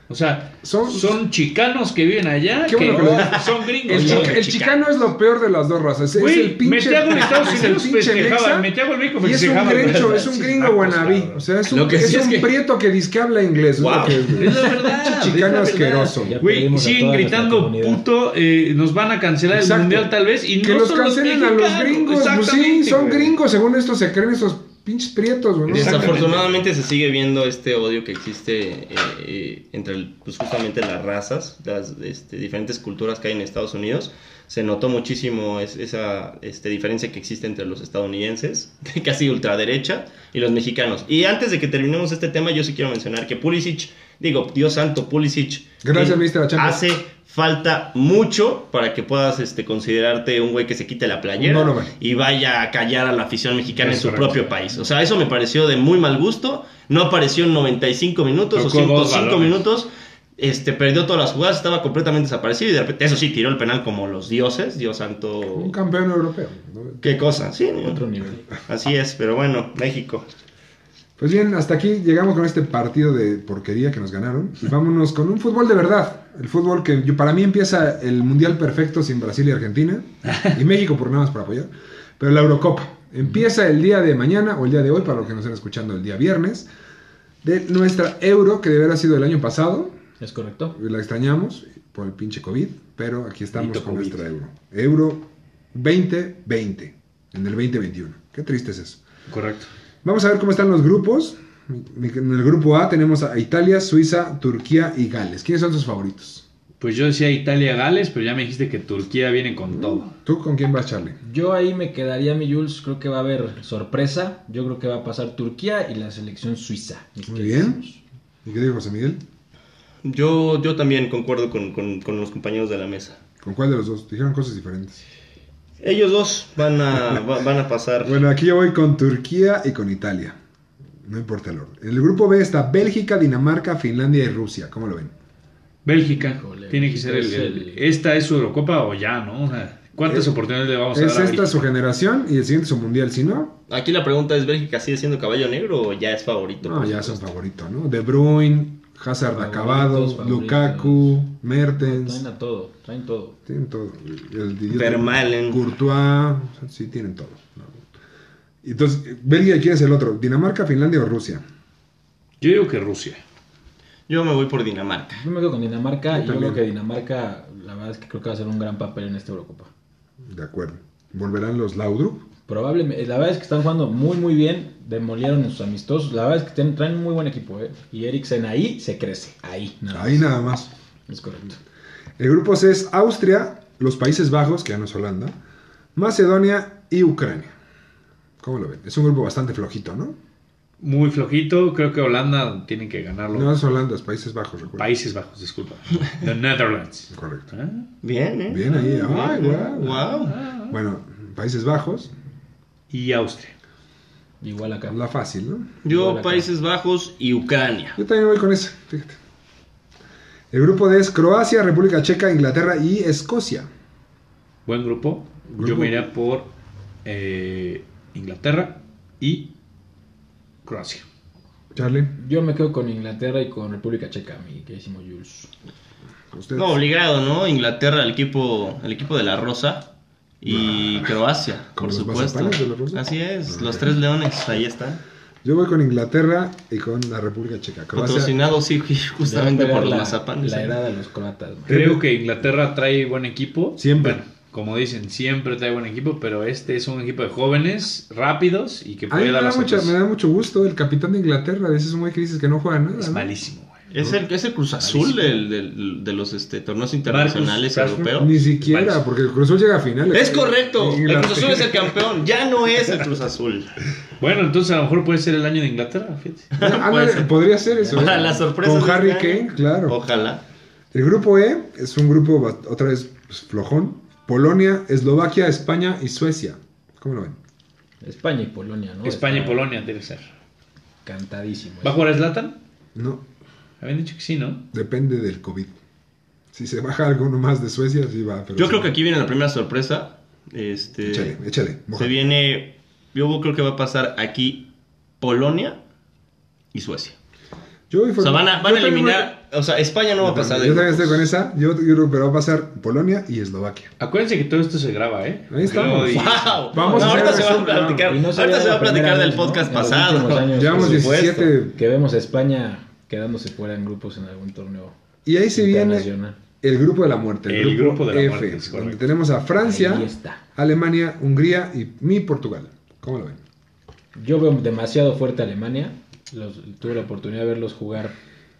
[SPEAKER 3] O sea,
[SPEAKER 1] Son-
[SPEAKER 3] son, chicanos que viven allá,
[SPEAKER 1] Qué
[SPEAKER 3] que
[SPEAKER 1] bueno que lo dices.
[SPEAKER 3] son gringos.
[SPEAKER 1] el,
[SPEAKER 3] ¿no?
[SPEAKER 1] chica- el chicano es lo peor de las dos razas. Es
[SPEAKER 3] Güey,
[SPEAKER 1] el pinche.
[SPEAKER 3] Metiago en Estados
[SPEAKER 1] es el
[SPEAKER 3] Unidos
[SPEAKER 1] pinche
[SPEAKER 3] festejaba,
[SPEAKER 1] mexa,
[SPEAKER 3] Metiago en México
[SPEAKER 1] Y es un
[SPEAKER 3] festejaba,
[SPEAKER 1] gringo,
[SPEAKER 3] ¿verdad? Sí, ah,
[SPEAKER 1] es un
[SPEAKER 3] pues,
[SPEAKER 1] gringo
[SPEAKER 3] tacos,
[SPEAKER 1] guanabí.
[SPEAKER 3] cabrón.
[SPEAKER 1] O sea, es
[SPEAKER 4] Lo
[SPEAKER 1] un,
[SPEAKER 4] que
[SPEAKER 1] es
[SPEAKER 4] sí es
[SPEAKER 1] un
[SPEAKER 4] que-
[SPEAKER 1] prieto que disque habla inglés. es lo
[SPEAKER 2] Wow.
[SPEAKER 1] que es, güey.
[SPEAKER 3] Es la verdad.
[SPEAKER 1] Chicano
[SPEAKER 3] es la
[SPEAKER 1] asqueroso.
[SPEAKER 4] Ya
[SPEAKER 3] Güey,
[SPEAKER 4] perdimos a
[SPEAKER 3] siguen
[SPEAKER 4] toda nuestra
[SPEAKER 3] gritando
[SPEAKER 4] comunidad.
[SPEAKER 3] puto, eh, nos van a cancelar
[SPEAKER 1] Exacto.
[SPEAKER 3] el mundial tal vez y
[SPEAKER 1] que
[SPEAKER 3] no
[SPEAKER 1] los
[SPEAKER 3] son
[SPEAKER 1] cancelen a los
[SPEAKER 3] mexicanos.
[SPEAKER 1] gringos. Pues sí,
[SPEAKER 3] Exactamente,
[SPEAKER 1] son
[SPEAKER 3] güey.
[SPEAKER 1] gringos. Según esto se creen esos pinches prietos, güey. ¿no?
[SPEAKER 3] Exactamente.
[SPEAKER 2] Desafortunadamente se sigue viendo este odio que existe eh, eh, entre el- pues, justamente las razas, las este, diferentes culturas que hay en Estados Unidos. Se notó muchísimo es- esa este, diferencia que existe entre los estadounidenses, de casi ultraderecha, y los mexicanos. Y antes de que terminemos este tema, yo sí quiero mencionar que Pulisic, digo, Dios santo, Pulisic.
[SPEAKER 1] Gracias,
[SPEAKER 2] eh,
[SPEAKER 1] Mr. Achaca.
[SPEAKER 2] Hace falta mucho para que puedas este, considerarte un güey que se quite la playera
[SPEAKER 1] Un monómano.
[SPEAKER 2] y vaya a callar a la afición mexicana
[SPEAKER 3] Es
[SPEAKER 2] en su
[SPEAKER 3] correcto.
[SPEAKER 2] propio país. O sea, eso me pareció de muy mal gusto. No apareció en 95 minutos
[SPEAKER 3] Tocó
[SPEAKER 2] o
[SPEAKER 3] dos
[SPEAKER 2] 105
[SPEAKER 3] balones.
[SPEAKER 2] minutos. Este, perdió todas las jugadas, estaba completamente desaparecido y de repente, eso sí, tiró el penal como los dioses, Dios santo.
[SPEAKER 1] Un campeón europeo. ¿no?
[SPEAKER 2] ¿Qué cosa? Sí,
[SPEAKER 4] Otro nivel.
[SPEAKER 2] así es, pero bueno, México.
[SPEAKER 1] Pues bien, hasta aquí llegamos con este partido de porquería que nos ganaron. Y vámonos con un fútbol de verdad. El fútbol que yo- para mí empieza el Mundial Perfecto sin Brasil y Argentina. Y México por nada más para apoyar. Pero la Eurocopa empieza el día de mañana o el día de hoy para los que nos estén escuchando el día viernes. De nuestra Euro que debería haber sido el año pasado.
[SPEAKER 4] ¿Es correcto?
[SPEAKER 1] La extrañamos por el pinche COVID. Pero aquí estamos
[SPEAKER 3] Maldito
[SPEAKER 1] con
[SPEAKER 3] COVID.
[SPEAKER 1] nuestra Euro. Euro 2020. En el 2021. Qué triste es eso.
[SPEAKER 3] Correcto.
[SPEAKER 1] Vamos a ver cómo están los grupos. En el grupo A tenemos a Italia, Suiza, Turquía y Gales. ¿Quiénes son sus favoritos?
[SPEAKER 3] Pues yo decía Italia-Gales, pero ya me dijiste que Turquía viene con todo.
[SPEAKER 1] ¿Tú con quién vas, Charlie?
[SPEAKER 4] Yo ahí me quedaría, mi Jules. Creo que va a haber sorpresa. Yo creo que va a pasar Turquía y la selección suiza. mis
[SPEAKER 1] Muy
[SPEAKER 4] queridísimos.
[SPEAKER 1] bien. ¿Y qué dijo José Miguel?
[SPEAKER 2] Yo, yo también concuerdo con, con- con los compañeros de la mesa.
[SPEAKER 1] ¿Con cuál de los dos? Dijeron cosas diferentes.
[SPEAKER 2] Ellos dos van a, va- van a pasar.
[SPEAKER 1] Bueno, aquí yo voy con Turquía y con Italia. No importa el orden. En el grupo B está Bélgica, Dinamarca, Finlandia y Rusia. ¿Cómo lo ven?
[SPEAKER 3] Bélgica,
[SPEAKER 4] Híjole,
[SPEAKER 3] tiene que ser el,
[SPEAKER 4] es
[SPEAKER 3] el-
[SPEAKER 4] el-
[SPEAKER 3] ¿Esta es su Eurocopa o ya, no? O sea, ¿cuántas
[SPEAKER 1] Es-
[SPEAKER 3] oportunidades le vamos a
[SPEAKER 1] Es
[SPEAKER 3] dar a
[SPEAKER 1] esta
[SPEAKER 3] Bélgica?
[SPEAKER 1] su generación y el siguiente su mundial. Si no,
[SPEAKER 2] Aquí la pregunta es, ¿Bélgica sigue siendo caballo negro o ya es favorito?
[SPEAKER 1] no,
[SPEAKER 2] por
[SPEAKER 1] ya son
[SPEAKER 2] supuesto?
[SPEAKER 1] favoritos, ¿no? De Bruyne, Hazard
[SPEAKER 4] Favoritos,
[SPEAKER 1] acabado,
[SPEAKER 4] favoritos.
[SPEAKER 1] Lukaku,
[SPEAKER 4] Traen
[SPEAKER 1] Mertens.
[SPEAKER 4] a todo, traen todo.
[SPEAKER 1] Tienen todo. El idiota ¿eh?
[SPEAKER 2] Vermaelen.
[SPEAKER 1] Courtois. o sea, Sí, tienen todo. ¿no? Entonces, Bélgica, ¿quién es el otro? ¿Dinamarca, Finlandia o Rusia?
[SPEAKER 3] Yo digo que Rusia.
[SPEAKER 2] Yo me voy por Dinamarca.
[SPEAKER 4] Yo me quedo con Dinamarca
[SPEAKER 1] Yo
[SPEAKER 4] y yo
[SPEAKER 1] también.
[SPEAKER 4] creo que Dinamarca, la verdad es que creo que va a hacer un gran papel en esta Eurocopa.
[SPEAKER 1] De acuerdo. ¿Volverán los Laudrup?
[SPEAKER 4] Probablemente, la verdad es que están jugando muy muy bien, demolieron en sus amistosos, la verdad es que ten- traen un muy buen equipo, ¿eh? Y Eriksen ahí se crece, ahí. nada
[SPEAKER 1] Ahí
[SPEAKER 4] más.
[SPEAKER 1] nada más.
[SPEAKER 4] Es correcto.
[SPEAKER 1] El grupo C es Austria, los Países Bajos, que ya no es Holanda, Macedonia y Ucrania. ¿Cómo lo ven? Es un grupo bastante flojito, ¿no?
[SPEAKER 3] Muy flojito, creo que Holanda tiene que ganarlo.
[SPEAKER 1] No es Holanda, es Países Bajos, recuerda.
[SPEAKER 3] Países Bajos, disculpa. The Netherlands.
[SPEAKER 1] Correcto.
[SPEAKER 3] ¿Ah?
[SPEAKER 2] Bien, ¿eh?
[SPEAKER 1] Bien ahí. Ay, guau.
[SPEAKER 2] Guau.
[SPEAKER 1] Bueno, Países Bajos,
[SPEAKER 3] Y Austria.
[SPEAKER 4] Igual acá.
[SPEAKER 1] la fácil, ¿no?
[SPEAKER 2] Yo,
[SPEAKER 4] Igual acá.
[SPEAKER 2] Países Bajos y Ucrania.
[SPEAKER 1] Yo también voy con ese, fíjate. El grupo D es Croacia, República Checa, Inglaterra y Escocia.
[SPEAKER 3] Buen grupo. Yo
[SPEAKER 1] Grupo.
[SPEAKER 3] me iría por eh, Inglaterra y Croacia.
[SPEAKER 1] Charlie,
[SPEAKER 4] Yo me quedo con Inglaterra y con República Checa, mi queridísimo Jules.
[SPEAKER 1] usted.
[SPEAKER 2] No, obligado, ¿no? Inglaterra, el equipo, el equipo de la Rosa. Y Croacia,
[SPEAKER 1] Ah.
[SPEAKER 2] por
[SPEAKER 1] ¿Con los
[SPEAKER 2] supuesto.
[SPEAKER 1] mazapanes de la Rosa?
[SPEAKER 2] Así es, los tres leones, ahí están.
[SPEAKER 1] Yo voy con Inglaterra y con la República Checa. Croacia.
[SPEAKER 2] Patrocinados, sí,
[SPEAKER 3] Pues
[SPEAKER 2] justamente
[SPEAKER 4] Le va a
[SPEAKER 2] por los
[SPEAKER 4] pegar la-
[SPEAKER 2] mazapanes. ¿eh?
[SPEAKER 4] La edad de los croatas, man.
[SPEAKER 3] Creo que Inglaterra trae buen equipo.
[SPEAKER 1] Siempre.
[SPEAKER 3] Bueno, como dicen, siempre trae buen equipo, pero este es un equipo de jóvenes, rápidos y que
[SPEAKER 1] A mí
[SPEAKER 3] puede
[SPEAKER 1] me
[SPEAKER 3] dar
[SPEAKER 1] da,
[SPEAKER 3] las
[SPEAKER 1] mucha- me da mucho gusto el capitán de Inglaterra. A veces es un güey que dices que no juega nada.
[SPEAKER 3] Es
[SPEAKER 1] ¿no?
[SPEAKER 3] malísimo, güey.
[SPEAKER 2] Es el, es el Cruz Azul del- del- de los este, torneos internacionales
[SPEAKER 3] Marcus Rashford.
[SPEAKER 2] europeos.
[SPEAKER 1] Ni siquiera,
[SPEAKER 3] Vale.
[SPEAKER 1] porque el Cruz Azul llega a final.
[SPEAKER 2] Es correcto, el
[SPEAKER 1] Inglaterra.
[SPEAKER 2] Cruz Azul es el campeón, ya no es el Cruz Azul.
[SPEAKER 3] Bueno, entonces a lo mejor puede ser el año de Inglaterra, fíjate.
[SPEAKER 1] Ah,
[SPEAKER 2] Puede
[SPEAKER 1] no,
[SPEAKER 2] ser.
[SPEAKER 1] podría ser eso.
[SPEAKER 2] Para
[SPEAKER 1] ¿eh?
[SPEAKER 2] la sorpresa
[SPEAKER 1] Con
[SPEAKER 2] de
[SPEAKER 1] Harry
[SPEAKER 2] este año.
[SPEAKER 1] Kane, claro.
[SPEAKER 2] Ojalá.
[SPEAKER 1] El grupo E es un grupo ba- otra vez pues, flojón. Polonia, Eslovaquia, España y Suecia. ¿Cómo lo ven?
[SPEAKER 4] España y Polonia, ¿no?
[SPEAKER 3] España y
[SPEAKER 4] Está
[SPEAKER 3] Polonia tiene que ser.
[SPEAKER 4] Cantadísimo.
[SPEAKER 3] ¿Va a jugar Zlatan?
[SPEAKER 1] No,
[SPEAKER 3] Habían dicho que sí, ¿no?
[SPEAKER 1] depende del COVID. Si se baja alguno más de Suecia, sí va. Pero
[SPEAKER 2] Yo
[SPEAKER 1] sí.
[SPEAKER 2] creo que aquí viene la primera sorpresa. Este,
[SPEAKER 1] Échale, échale. moja.
[SPEAKER 2] se viene, yo creo que va a pasar aquí Polonia y Suecia.
[SPEAKER 1] Yo voy
[SPEAKER 2] O
[SPEAKER 1] por-
[SPEAKER 2] sea, van a, van
[SPEAKER 1] yo
[SPEAKER 2] a
[SPEAKER 1] también voy-
[SPEAKER 2] eliminar, o sea, España no va a pasar de
[SPEAKER 1] Yo también estoy
[SPEAKER 2] grupos.
[SPEAKER 1] con esa. Yo, yo creo que va a pasar Polonia y Eslovaquia.
[SPEAKER 3] Acuérdense que todo esto se graba, ¿eh?
[SPEAKER 1] Ahí estamos.
[SPEAKER 3] Luego di-
[SPEAKER 2] ¡Wow!
[SPEAKER 1] Vamos
[SPEAKER 2] No,
[SPEAKER 1] a
[SPEAKER 2] ahorita se
[SPEAKER 1] hacer
[SPEAKER 2] va a
[SPEAKER 1] resumen, claro.
[SPEAKER 2] platicar,
[SPEAKER 4] Y no sería
[SPEAKER 2] ahorita se
[SPEAKER 4] la
[SPEAKER 2] va a platicar
[SPEAKER 4] primera
[SPEAKER 2] del
[SPEAKER 4] vez, ¿no?
[SPEAKER 2] podcast
[SPEAKER 4] En los
[SPEAKER 2] pasado.
[SPEAKER 4] últimos años,
[SPEAKER 1] Llevamos
[SPEAKER 4] por supuesto,
[SPEAKER 1] 17.
[SPEAKER 4] Que vemos a España quedándose fuera en grupos en algún torneo
[SPEAKER 1] Y ahí se viene
[SPEAKER 4] internacional.
[SPEAKER 1] el grupo de la muerte.
[SPEAKER 3] El grupo de la muerte, es correcto.
[SPEAKER 1] donde tenemos a Francia,
[SPEAKER 4] Ahí está.
[SPEAKER 1] Alemania, Hungría y mi Portugal. ¿Cómo lo ven?
[SPEAKER 4] Yo veo demasiado fuerte a Alemania. Los- tuve la oportunidad de verlos jugar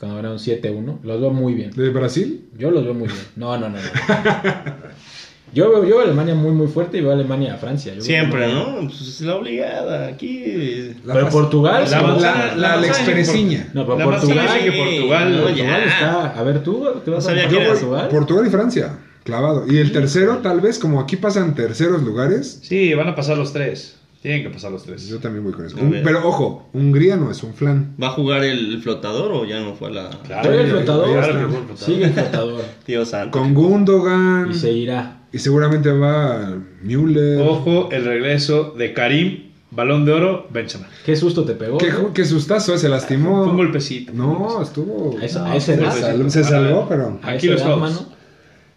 [SPEAKER 4] cuando ganaron 7-1. Los veo muy bien.
[SPEAKER 1] ¿De Brasil?
[SPEAKER 4] Yo los veo muy bien. No, no, no. no. Yo veo, yo veo a Alemania muy, muy fuerte y veo a Alemania a Francia. Yo creo que
[SPEAKER 2] Siempre,
[SPEAKER 4] Alemania-
[SPEAKER 2] ¿no? Pues es la obligada, aquí...
[SPEAKER 1] La
[SPEAKER 4] Pero
[SPEAKER 1] fase-
[SPEAKER 4] Portugal.
[SPEAKER 1] La, la,
[SPEAKER 3] manzana-
[SPEAKER 1] la,
[SPEAKER 3] la manzana
[SPEAKER 1] Alex
[SPEAKER 3] de
[SPEAKER 1] Pereziña.
[SPEAKER 4] No, pero
[SPEAKER 3] La más
[SPEAKER 4] Portugal.
[SPEAKER 3] clara es que Portugal-
[SPEAKER 2] no,
[SPEAKER 4] Portugal
[SPEAKER 2] ya.
[SPEAKER 4] está. A ver, tú te vas
[SPEAKER 2] No sabía
[SPEAKER 4] a
[SPEAKER 2] que
[SPEAKER 1] Yo
[SPEAKER 2] era
[SPEAKER 1] voy
[SPEAKER 4] Portugal.
[SPEAKER 1] Portugal y Francia, clavado. Y el tercero, tal vez, como aquí pasan terceros lugares,
[SPEAKER 3] Sí, van a pasar los tres. Tienen que pasar los tres.
[SPEAKER 1] yo también voy con eso.
[SPEAKER 2] A ver.
[SPEAKER 1] Pero ojo, Hungría no es un flan.
[SPEAKER 2] ¿Va a jugar el flotador o ya no fue la...
[SPEAKER 3] Ah,
[SPEAKER 4] Todavía el
[SPEAKER 1] ahí-
[SPEAKER 4] flotador.
[SPEAKER 1] ahí
[SPEAKER 3] Claro que
[SPEAKER 1] está.
[SPEAKER 3] fue el flotador.
[SPEAKER 4] Sigue el flotador.
[SPEAKER 2] Tío Santo.
[SPEAKER 1] Con Gundogan.
[SPEAKER 4] y se irá.
[SPEAKER 1] Y seguramente va Müller.
[SPEAKER 3] Ojo, el regreso de Karim, balón de oro, Benzema.
[SPEAKER 4] Qué susto te pegó.
[SPEAKER 1] Qué,
[SPEAKER 4] ¿no?
[SPEAKER 1] ju- qué sustazo, eh, se lastimó.
[SPEAKER 3] Fue un golpecito. fue un
[SPEAKER 1] No,
[SPEAKER 3] golpecito.
[SPEAKER 1] estuvo.
[SPEAKER 4] A esa-
[SPEAKER 1] no,
[SPEAKER 4] a esa
[SPEAKER 1] se
[SPEAKER 4] edad.
[SPEAKER 1] salvó- se salvó, pero.
[SPEAKER 4] A
[SPEAKER 3] Aquí
[SPEAKER 4] esa
[SPEAKER 3] los
[SPEAKER 4] edad,
[SPEAKER 3] todos.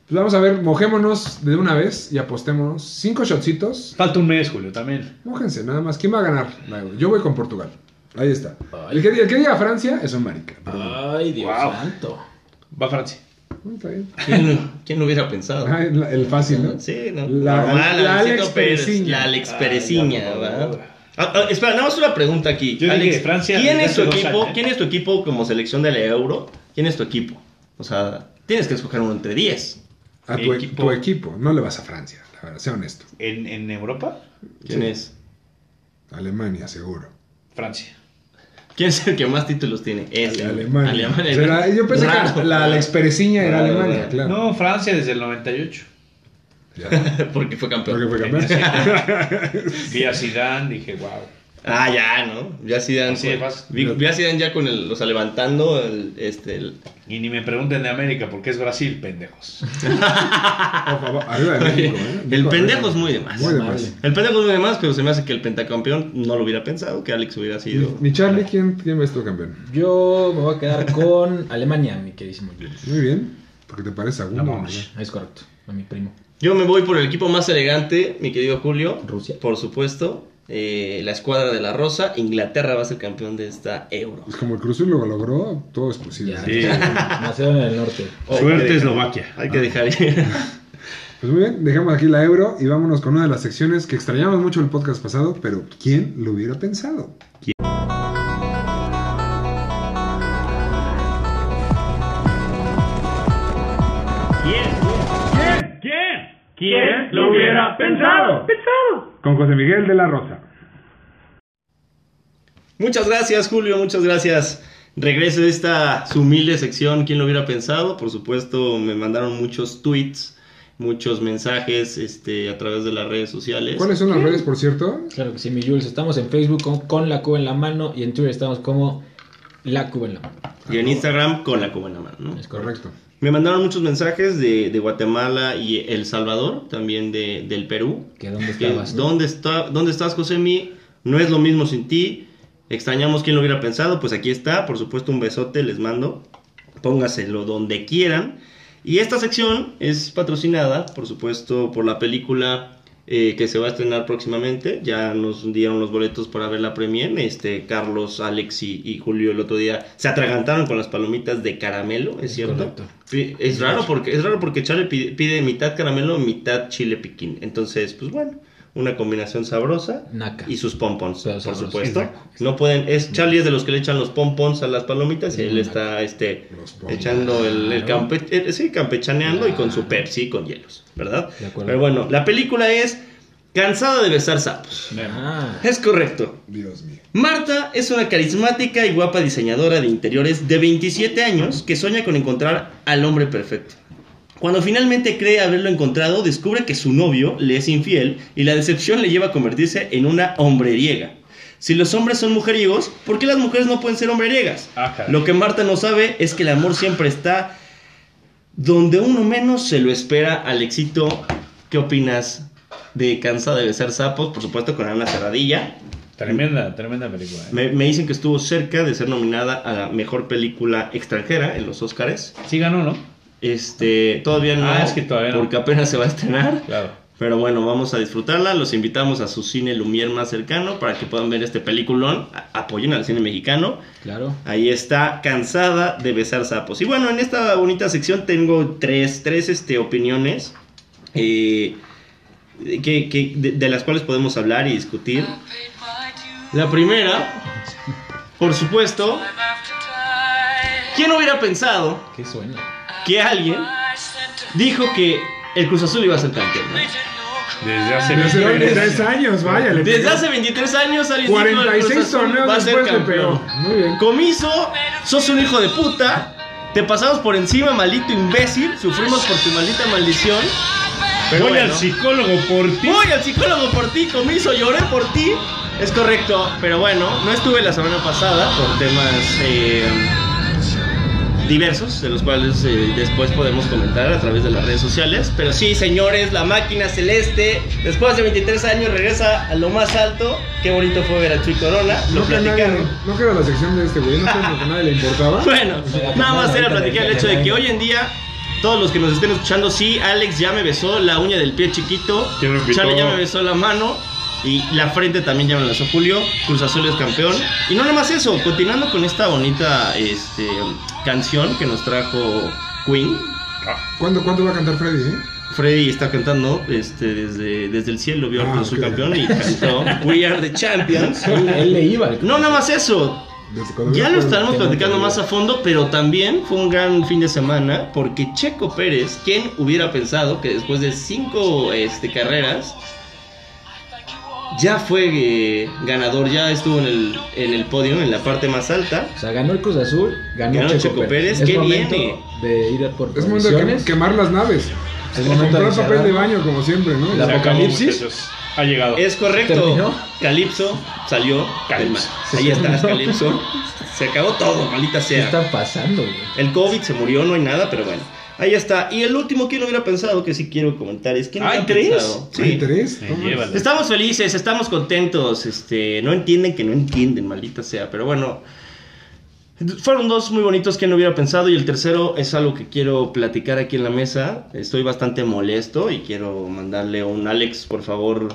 [SPEAKER 1] Pues vamos a ver, mojémonos de una vez y apostémonos. Cinco shotcitos.
[SPEAKER 3] Falta un mes, Julio, también.
[SPEAKER 1] Mójense, nada más. ¿Quién va a ganar? la Euro? Yo voy con Portugal. Ahí está. El que, el que diga Francia es un marica.
[SPEAKER 4] Ah.
[SPEAKER 1] perdón.
[SPEAKER 4] Ay, Dios
[SPEAKER 3] Wow.
[SPEAKER 4] santo.
[SPEAKER 3] Va Francia.
[SPEAKER 1] Mm, está bien.
[SPEAKER 2] ¿Quién, quién lo hubiera pensado?
[SPEAKER 1] Ah, el, el fácil, ¿no?
[SPEAKER 2] Sí, no.
[SPEAKER 1] La-
[SPEAKER 2] Normal,
[SPEAKER 1] la
[SPEAKER 2] Alexito
[SPEAKER 1] Alex
[SPEAKER 2] Pérez,
[SPEAKER 1] Pereziña.
[SPEAKER 2] La Alex
[SPEAKER 3] Ay,
[SPEAKER 2] Pereziña,
[SPEAKER 3] ya, por
[SPEAKER 2] ¿verdad?
[SPEAKER 3] favor.
[SPEAKER 2] Ah, ah, espera, nada más una pregunta aquí.
[SPEAKER 3] Yo dije Francia
[SPEAKER 2] ¿quién
[SPEAKER 3] desde
[SPEAKER 2] es tu
[SPEAKER 3] hace dos
[SPEAKER 2] equipo?
[SPEAKER 3] años. ¿eh?
[SPEAKER 2] ¿Quién es tu equipo como selección de la Euro? ¿Quién es tu equipo? O sea, Tienes que escoger uno entre 10.
[SPEAKER 1] A
[SPEAKER 3] Mi
[SPEAKER 1] tu, e-
[SPEAKER 3] equipo.
[SPEAKER 1] tu equipo. No le vas a Francia, la verdad, sea honesto.
[SPEAKER 3] ¿En, en Europa?
[SPEAKER 2] ¿Quién
[SPEAKER 1] Sí.
[SPEAKER 2] es?
[SPEAKER 1] Alemania, seguro.
[SPEAKER 3] Francia.
[SPEAKER 2] ¿Quién es el que más títulos tiene? Ese. güey.
[SPEAKER 1] Alemania.
[SPEAKER 2] Alemania.
[SPEAKER 1] Será- yo pensé
[SPEAKER 2] Raro.
[SPEAKER 1] que la Alex Pereciña era
[SPEAKER 2] Raro,
[SPEAKER 1] Alemania,
[SPEAKER 2] raro.
[SPEAKER 1] claro.
[SPEAKER 3] No, Francia desde el 98.
[SPEAKER 1] Ya,
[SPEAKER 2] Porque fue campeón.
[SPEAKER 1] porque fue campeón.
[SPEAKER 3] Vi a Zidane, dije, wow.
[SPEAKER 2] Ah, ya, ¿no? Ya Zidane.
[SPEAKER 3] Así
[SPEAKER 2] fue-
[SPEAKER 3] de fácil.
[SPEAKER 2] vi, vi a Zidane ya con el, o sea, levantando el, este, el-
[SPEAKER 3] Y ni me pregunten de América porque es Brasil, pendejos.
[SPEAKER 1] Por favor, arriba de México, ¿eh?
[SPEAKER 2] El
[SPEAKER 1] México
[SPEAKER 2] pendejo
[SPEAKER 1] arriba.
[SPEAKER 2] es muy de más.
[SPEAKER 1] Muy de
[SPEAKER 4] Amable.
[SPEAKER 1] más.
[SPEAKER 2] El pendejo es muy demás, pero se me hace que el pentacampeón no lo hubiera pensado, que Alex hubiera sido.
[SPEAKER 1] Mi Charlie, ¿quién, quién ves tu campeón?
[SPEAKER 4] Yo me voy a quedar con Alemania, mi queridísimo Julius.
[SPEAKER 1] Muy bien. Porque te parece a Gundo,
[SPEAKER 3] Vamos.
[SPEAKER 1] ¿verdad?
[SPEAKER 4] Es correcto, a mi primo.
[SPEAKER 2] Yo me voy por el equipo más elegante, mi querido Julio.
[SPEAKER 4] Rusia.
[SPEAKER 2] Por supuesto. Eh, la escuadra de la Rosa. Inglaterra va a ser campeón de esta Euro.
[SPEAKER 1] Pues como el Cruzul lo logró, todo es posible.
[SPEAKER 4] Ya,
[SPEAKER 3] Sí.
[SPEAKER 4] ya. Macedonia del Norte.
[SPEAKER 2] Oh, hay
[SPEAKER 3] Suerte
[SPEAKER 2] que
[SPEAKER 3] Eslovaquia. Ah.
[SPEAKER 2] Hay que dejar ir.
[SPEAKER 1] Pues muy bien, dejamos aquí la euro y vámonos con una de las secciones que extrañamos mucho el podcast pasado, pero ¿quién lo hubiera pensado?
[SPEAKER 5] ¿Quién lo hubiera pensado?
[SPEAKER 1] Con José Miguel de la Rosa.
[SPEAKER 2] Muchas gracias, Julio. Muchas gracias. Regreso de esta su humilde sección. ¿Quién lo hubiera pensado? Por supuesto, me mandaron muchos tweets, muchos mensajes este, a través de las redes sociales.
[SPEAKER 1] ¿Cuáles son las redes, por cierto?
[SPEAKER 4] Claro que sí, mi Jules. Estamos en Facebook con, con la cuba en la mano y en Twitter estamos como la cuba en la mano.
[SPEAKER 2] Y en Instagram con la cuba en la mano. ¿no?
[SPEAKER 4] Es correcto.
[SPEAKER 1] Correcto.
[SPEAKER 2] Me mandaron muchos mensajes de, de Guatemala y El Salvador, también de, del Perú.
[SPEAKER 4] ¿Que dónde
[SPEAKER 2] Que,
[SPEAKER 4] estabas?
[SPEAKER 2] ¿Dónde, está, ¿Dónde estás, Josemi? No es lo mismo sin ti. Extrañamos quien lo hubiera pensado. Pues aquí está. Por supuesto, un besote les mando. Póngaselo donde quieran. Y esta sección es patrocinada, por supuesto, por la película eh, que se va a estrenar próximamente. Ya nos dieron los boletos para ver la premier. Este, Carlos, Alex y, y Julio el otro día se atragantaron con las palomitas de caramelo, ¿es,
[SPEAKER 4] Es
[SPEAKER 2] cierto?
[SPEAKER 4] correcto.
[SPEAKER 2] Sí, Es raro porque es raro porque Charlie pide, pide mitad caramelo, mitad chile piquín. Entonces, pues bueno, una combinación sabrosa
[SPEAKER 4] Naca.
[SPEAKER 2] y sus pompons,
[SPEAKER 4] Pero
[SPEAKER 2] por
[SPEAKER 4] sabroso.
[SPEAKER 2] supuesto.
[SPEAKER 4] Exacto.
[SPEAKER 2] No pueden, es Charlie es de los que le echan los pompons a las palomitas y
[SPEAKER 4] Es
[SPEAKER 2] él
[SPEAKER 4] muy
[SPEAKER 2] está este
[SPEAKER 1] Los pompons.
[SPEAKER 2] echando el, el
[SPEAKER 4] Claro.
[SPEAKER 2] campe- eh, sí, campechaneando y con su
[SPEAKER 4] Claro.
[SPEAKER 2] Pepsi con hielos, ¿verdad?
[SPEAKER 4] De acuerdo.
[SPEAKER 2] Pero bueno, la película es Cansada de besar sapos.
[SPEAKER 4] Ah,
[SPEAKER 2] Es correcto.
[SPEAKER 1] Dios mío.
[SPEAKER 2] Marta es una carismática y guapa diseñadora de interiores de 27 años que sueña con encontrar al hombre perfecto. Cuando finalmente cree haberlo encontrado, descubre que su novio le es infiel y la decepción le lleva a convertirse en una hombreriega. Si los hombres son mujeriegos, ¿por qué las mujeres no pueden ser hombreriegas?
[SPEAKER 3] Ah, caray.
[SPEAKER 2] Lo que Marta no sabe es que el amor siempre está donde uno menos se lo espera al éxito. ¿Qué opinas de Cansada de besar sapos? Por supuesto con Ana Cerradilla.
[SPEAKER 3] Tremenda, tremenda película. ¿eh?
[SPEAKER 2] Me, me dicen que estuvo cerca de ser nominada a la mejor película extranjera en los Oscars.
[SPEAKER 3] Sí ganó, ¿no?
[SPEAKER 2] Este, todavía no,
[SPEAKER 3] Ah, es que todavía no.
[SPEAKER 2] porque apenas se va a estrenar.
[SPEAKER 3] Claro.
[SPEAKER 2] Pero bueno, vamos a disfrutarla. Los invitamos a su cine Lumière más cercano para que puedan ver este peliculón. A- Apoyen al cine mexicano.
[SPEAKER 4] claro.
[SPEAKER 2] Ahí está, cansada de besar sapos. Y bueno, en esta bonita sección tengo tres, tres este, opiniones eh, que, que- de, de las cuales podemos hablar y discutir. La primera, por supuesto, ¿quién hubiera pensado
[SPEAKER 4] ¿Qué suena?
[SPEAKER 2] que alguien dijo que el Cruz Azul iba a ser campeón? no?
[SPEAKER 3] Desde hace
[SPEAKER 1] Desde
[SPEAKER 3] millones.
[SPEAKER 1] 23 años, vaya. le
[SPEAKER 2] Desde
[SPEAKER 1] pegó.
[SPEAKER 2] hace 23 años alguien dijo, el Cruz
[SPEAKER 1] 46
[SPEAKER 2] Azul va a
[SPEAKER 1] torneos
[SPEAKER 2] ser
[SPEAKER 1] después le pegó.
[SPEAKER 2] campeón.
[SPEAKER 1] Muy bien.
[SPEAKER 2] Comiso, sos un hijo de puta. Te pasamos por encima, maldito imbécil. Sufrimos por tu maldita maldición.
[SPEAKER 3] Voy
[SPEAKER 2] bueno.
[SPEAKER 3] al psicólogo por ti.
[SPEAKER 2] Voy al psicólogo por ti, comiso, lloré por ti. Es correcto, pero bueno, no estuve la semana pasada por temas eh, diversos, de los cuales eh, después podemos comentar a través de las redes sociales. Pero sí, señores, la máquina celeste, después de 23 años, regresa a lo más alto. Qué bonito fue ver a Chuy Corona, lo
[SPEAKER 1] No que, nadie,
[SPEAKER 2] platicaron.
[SPEAKER 1] no que era la sección de este güey, no sé lo que a nadie le importaba.
[SPEAKER 2] Bueno, nada más era platicar el hecho de que hoy en día todos los que nos estén escuchando, sí, Alex ya me besó la uña del pie chiquito,
[SPEAKER 3] Ya me invitó.
[SPEAKER 2] Charlie ya me besó la mano y la frente también ya me la besó Julio, Cruz Azul es campeón. Y no nada más eso, continuando con esta bonita este, canción que nos trajo Queen,
[SPEAKER 1] ¿Cuándo, ¿Cuándo va a cantar Freddy, eh?
[SPEAKER 2] Freddy está cantando este, desde, desde el cielo, vio al
[SPEAKER 1] Ah,
[SPEAKER 2] Cruz Azul
[SPEAKER 1] ok.
[SPEAKER 2] campeón y cantó We Are the Champions.
[SPEAKER 4] Él, él le iba. al-
[SPEAKER 2] No, nada más eso.
[SPEAKER 1] Desde cuando
[SPEAKER 2] Ya lo
[SPEAKER 1] vino Puebla.
[SPEAKER 2] estaremos
[SPEAKER 4] tengo
[SPEAKER 2] platicando
[SPEAKER 4] entendido.
[SPEAKER 2] más a fondo, pero también fue un gran fin de semana porque Checo Pérez, ¿quién hubiera pensado que después de cinco este, carreras ya fue eh, ganador, ya estuvo en el, en el podio, en la parte más alta?
[SPEAKER 4] O sea, ganó el Cruz Azul, ganó,
[SPEAKER 2] Ganó
[SPEAKER 4] Checo,
[SPEAKER 2] Checo Pérez,
[SPEAKER 4] Pérez.
[SPEAKER 2] ¿qué eh.
[SPEAKER 4] Es momento
[SPEAKER 2] viene?
[SPEAKER 4] de ir a por
[SPEAKER 1] Es momento de
[SPEAKER 4] provisiones.
[SPEAKER 1] que- quemar las naves.
[SPEAKER 4] Es
[SPEAKER 1] O
[SPEAKER 4] momento de
[SPEAKER 1] comprar
[SPEAKER 4] cerrar.
[SPEAKER 1] papel de baño, como siempre, ¿no?
[SPEAKER 4] La-
[SPEAKER 3] Se acabó,
[SPEAKER 4] apocalipsis.
[SPEAKER 3] muchachos. Ha llegado.
[SPEAKER 2] Es correcto.
[SPEAKER 4] ¿Terminó?
[SPEAKER 2] Calipso salió. del mar.
[SPEAKER 3] Calypso.
[SPEAKER 2] Ahí
[SPEAKER 4] Se
[SPEAKER 2] está,
[SPEAKER 4] terminó.
[SPEAKER 2] Calipso. Se acabó todo, maldita
[SPEAKER 4] ¿Qué
[SPEAKER 2] sea.
[SPEAKER 4] está pasando, güey?
[SPEAKER 2] El COVID se murió, no hay nada, pero bueno. Ahí está. Y el último, ¿quién lo hubiera pensado? Que sí quiero comentar. Es quién
[SPEAKER 3] Ay,
[SPEAKER 2] hubiera
[SPEAKER 3] tres.
[SPEAKER 2] pensado. Sí.
[SPEAKER 1] Ah, Hay tres.
[SPEAKER 3] Me
[SPEAKER 1] toma.
[SPEAKER 3] lleva la-
[SPEAKER 2] Estamos felices, estamos contentos. Este, no entienden que no entienden, maldita sea. Pero bueno, fueron dos muy bonitos que no hubiera pensado. Y el tercero es algo que quiero platicar aquí en la mesa. Estoy bastante molesto y quiero mandarle a un Alex, por favor,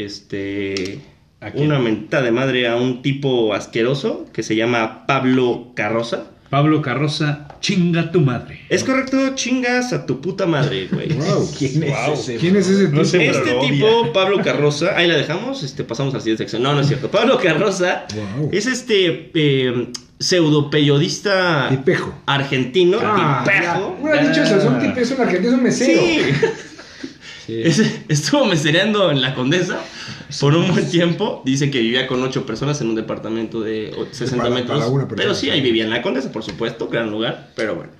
[SPEAKER 2] este,
[SPEAKER 3] ¿A quién?
[SPEAKER 2] una mentada de madre a un tipo asqueroso que se llama Pablo Carroza.
[SPEAKER 3] Pablo Carroza, chinga tu madre.
[SPEAKER 2] Es correcto, chingas a tu puta madre, güey.
[SPEAKER 1] Wow.
[SPEAKER 4] ¿Quién
[SPEAKER 3] Ah. Wow.
[SPEAKER 4] es ese?
[SPEAKER 1] ¿Quién es ese tipo?
[SPEAKER 3] No sé.
[SPEAKER 2] Este
[SPEAKER 3] Pero lo
[SPEAKER 2] tipo,
[SPEAKER 3] odia.
[SPEAKER 2] Pablo Carroza, ahí la dejamos, este, pasamos a la siguiente sección. No, no es cierto. Pablo Carroza
[SPEAKER 1] Wow.
[SPEAKER 2] es este eh, pseudo periodista
[SPEAKER 1] Tipejo.
[SPEAKER 2] argentino,
[SPEAKER 1] Ah,
[SPEAKER 2] tipejo.
[SPEAKER 1] ya. Hubiera dicho eso, es un tipo, es un argentino, es un mesero.
[SPEAKER 2] Sí,
[SPEAKER 4] Sí.
[SPEAKER 2] Ese- estuvo mesereando en la condesa por un buen tiempo. Dice que vivía con ocho personas en un departamento de o- 60
[SPEAKER 1] Para-
[SPEAKER 2] metros.
[SPEAKER 1] para una persona.
[SPEAKER 2] pero sí, ahí vivía en la condesa, por supuesto, gran lugar. Pero bueno,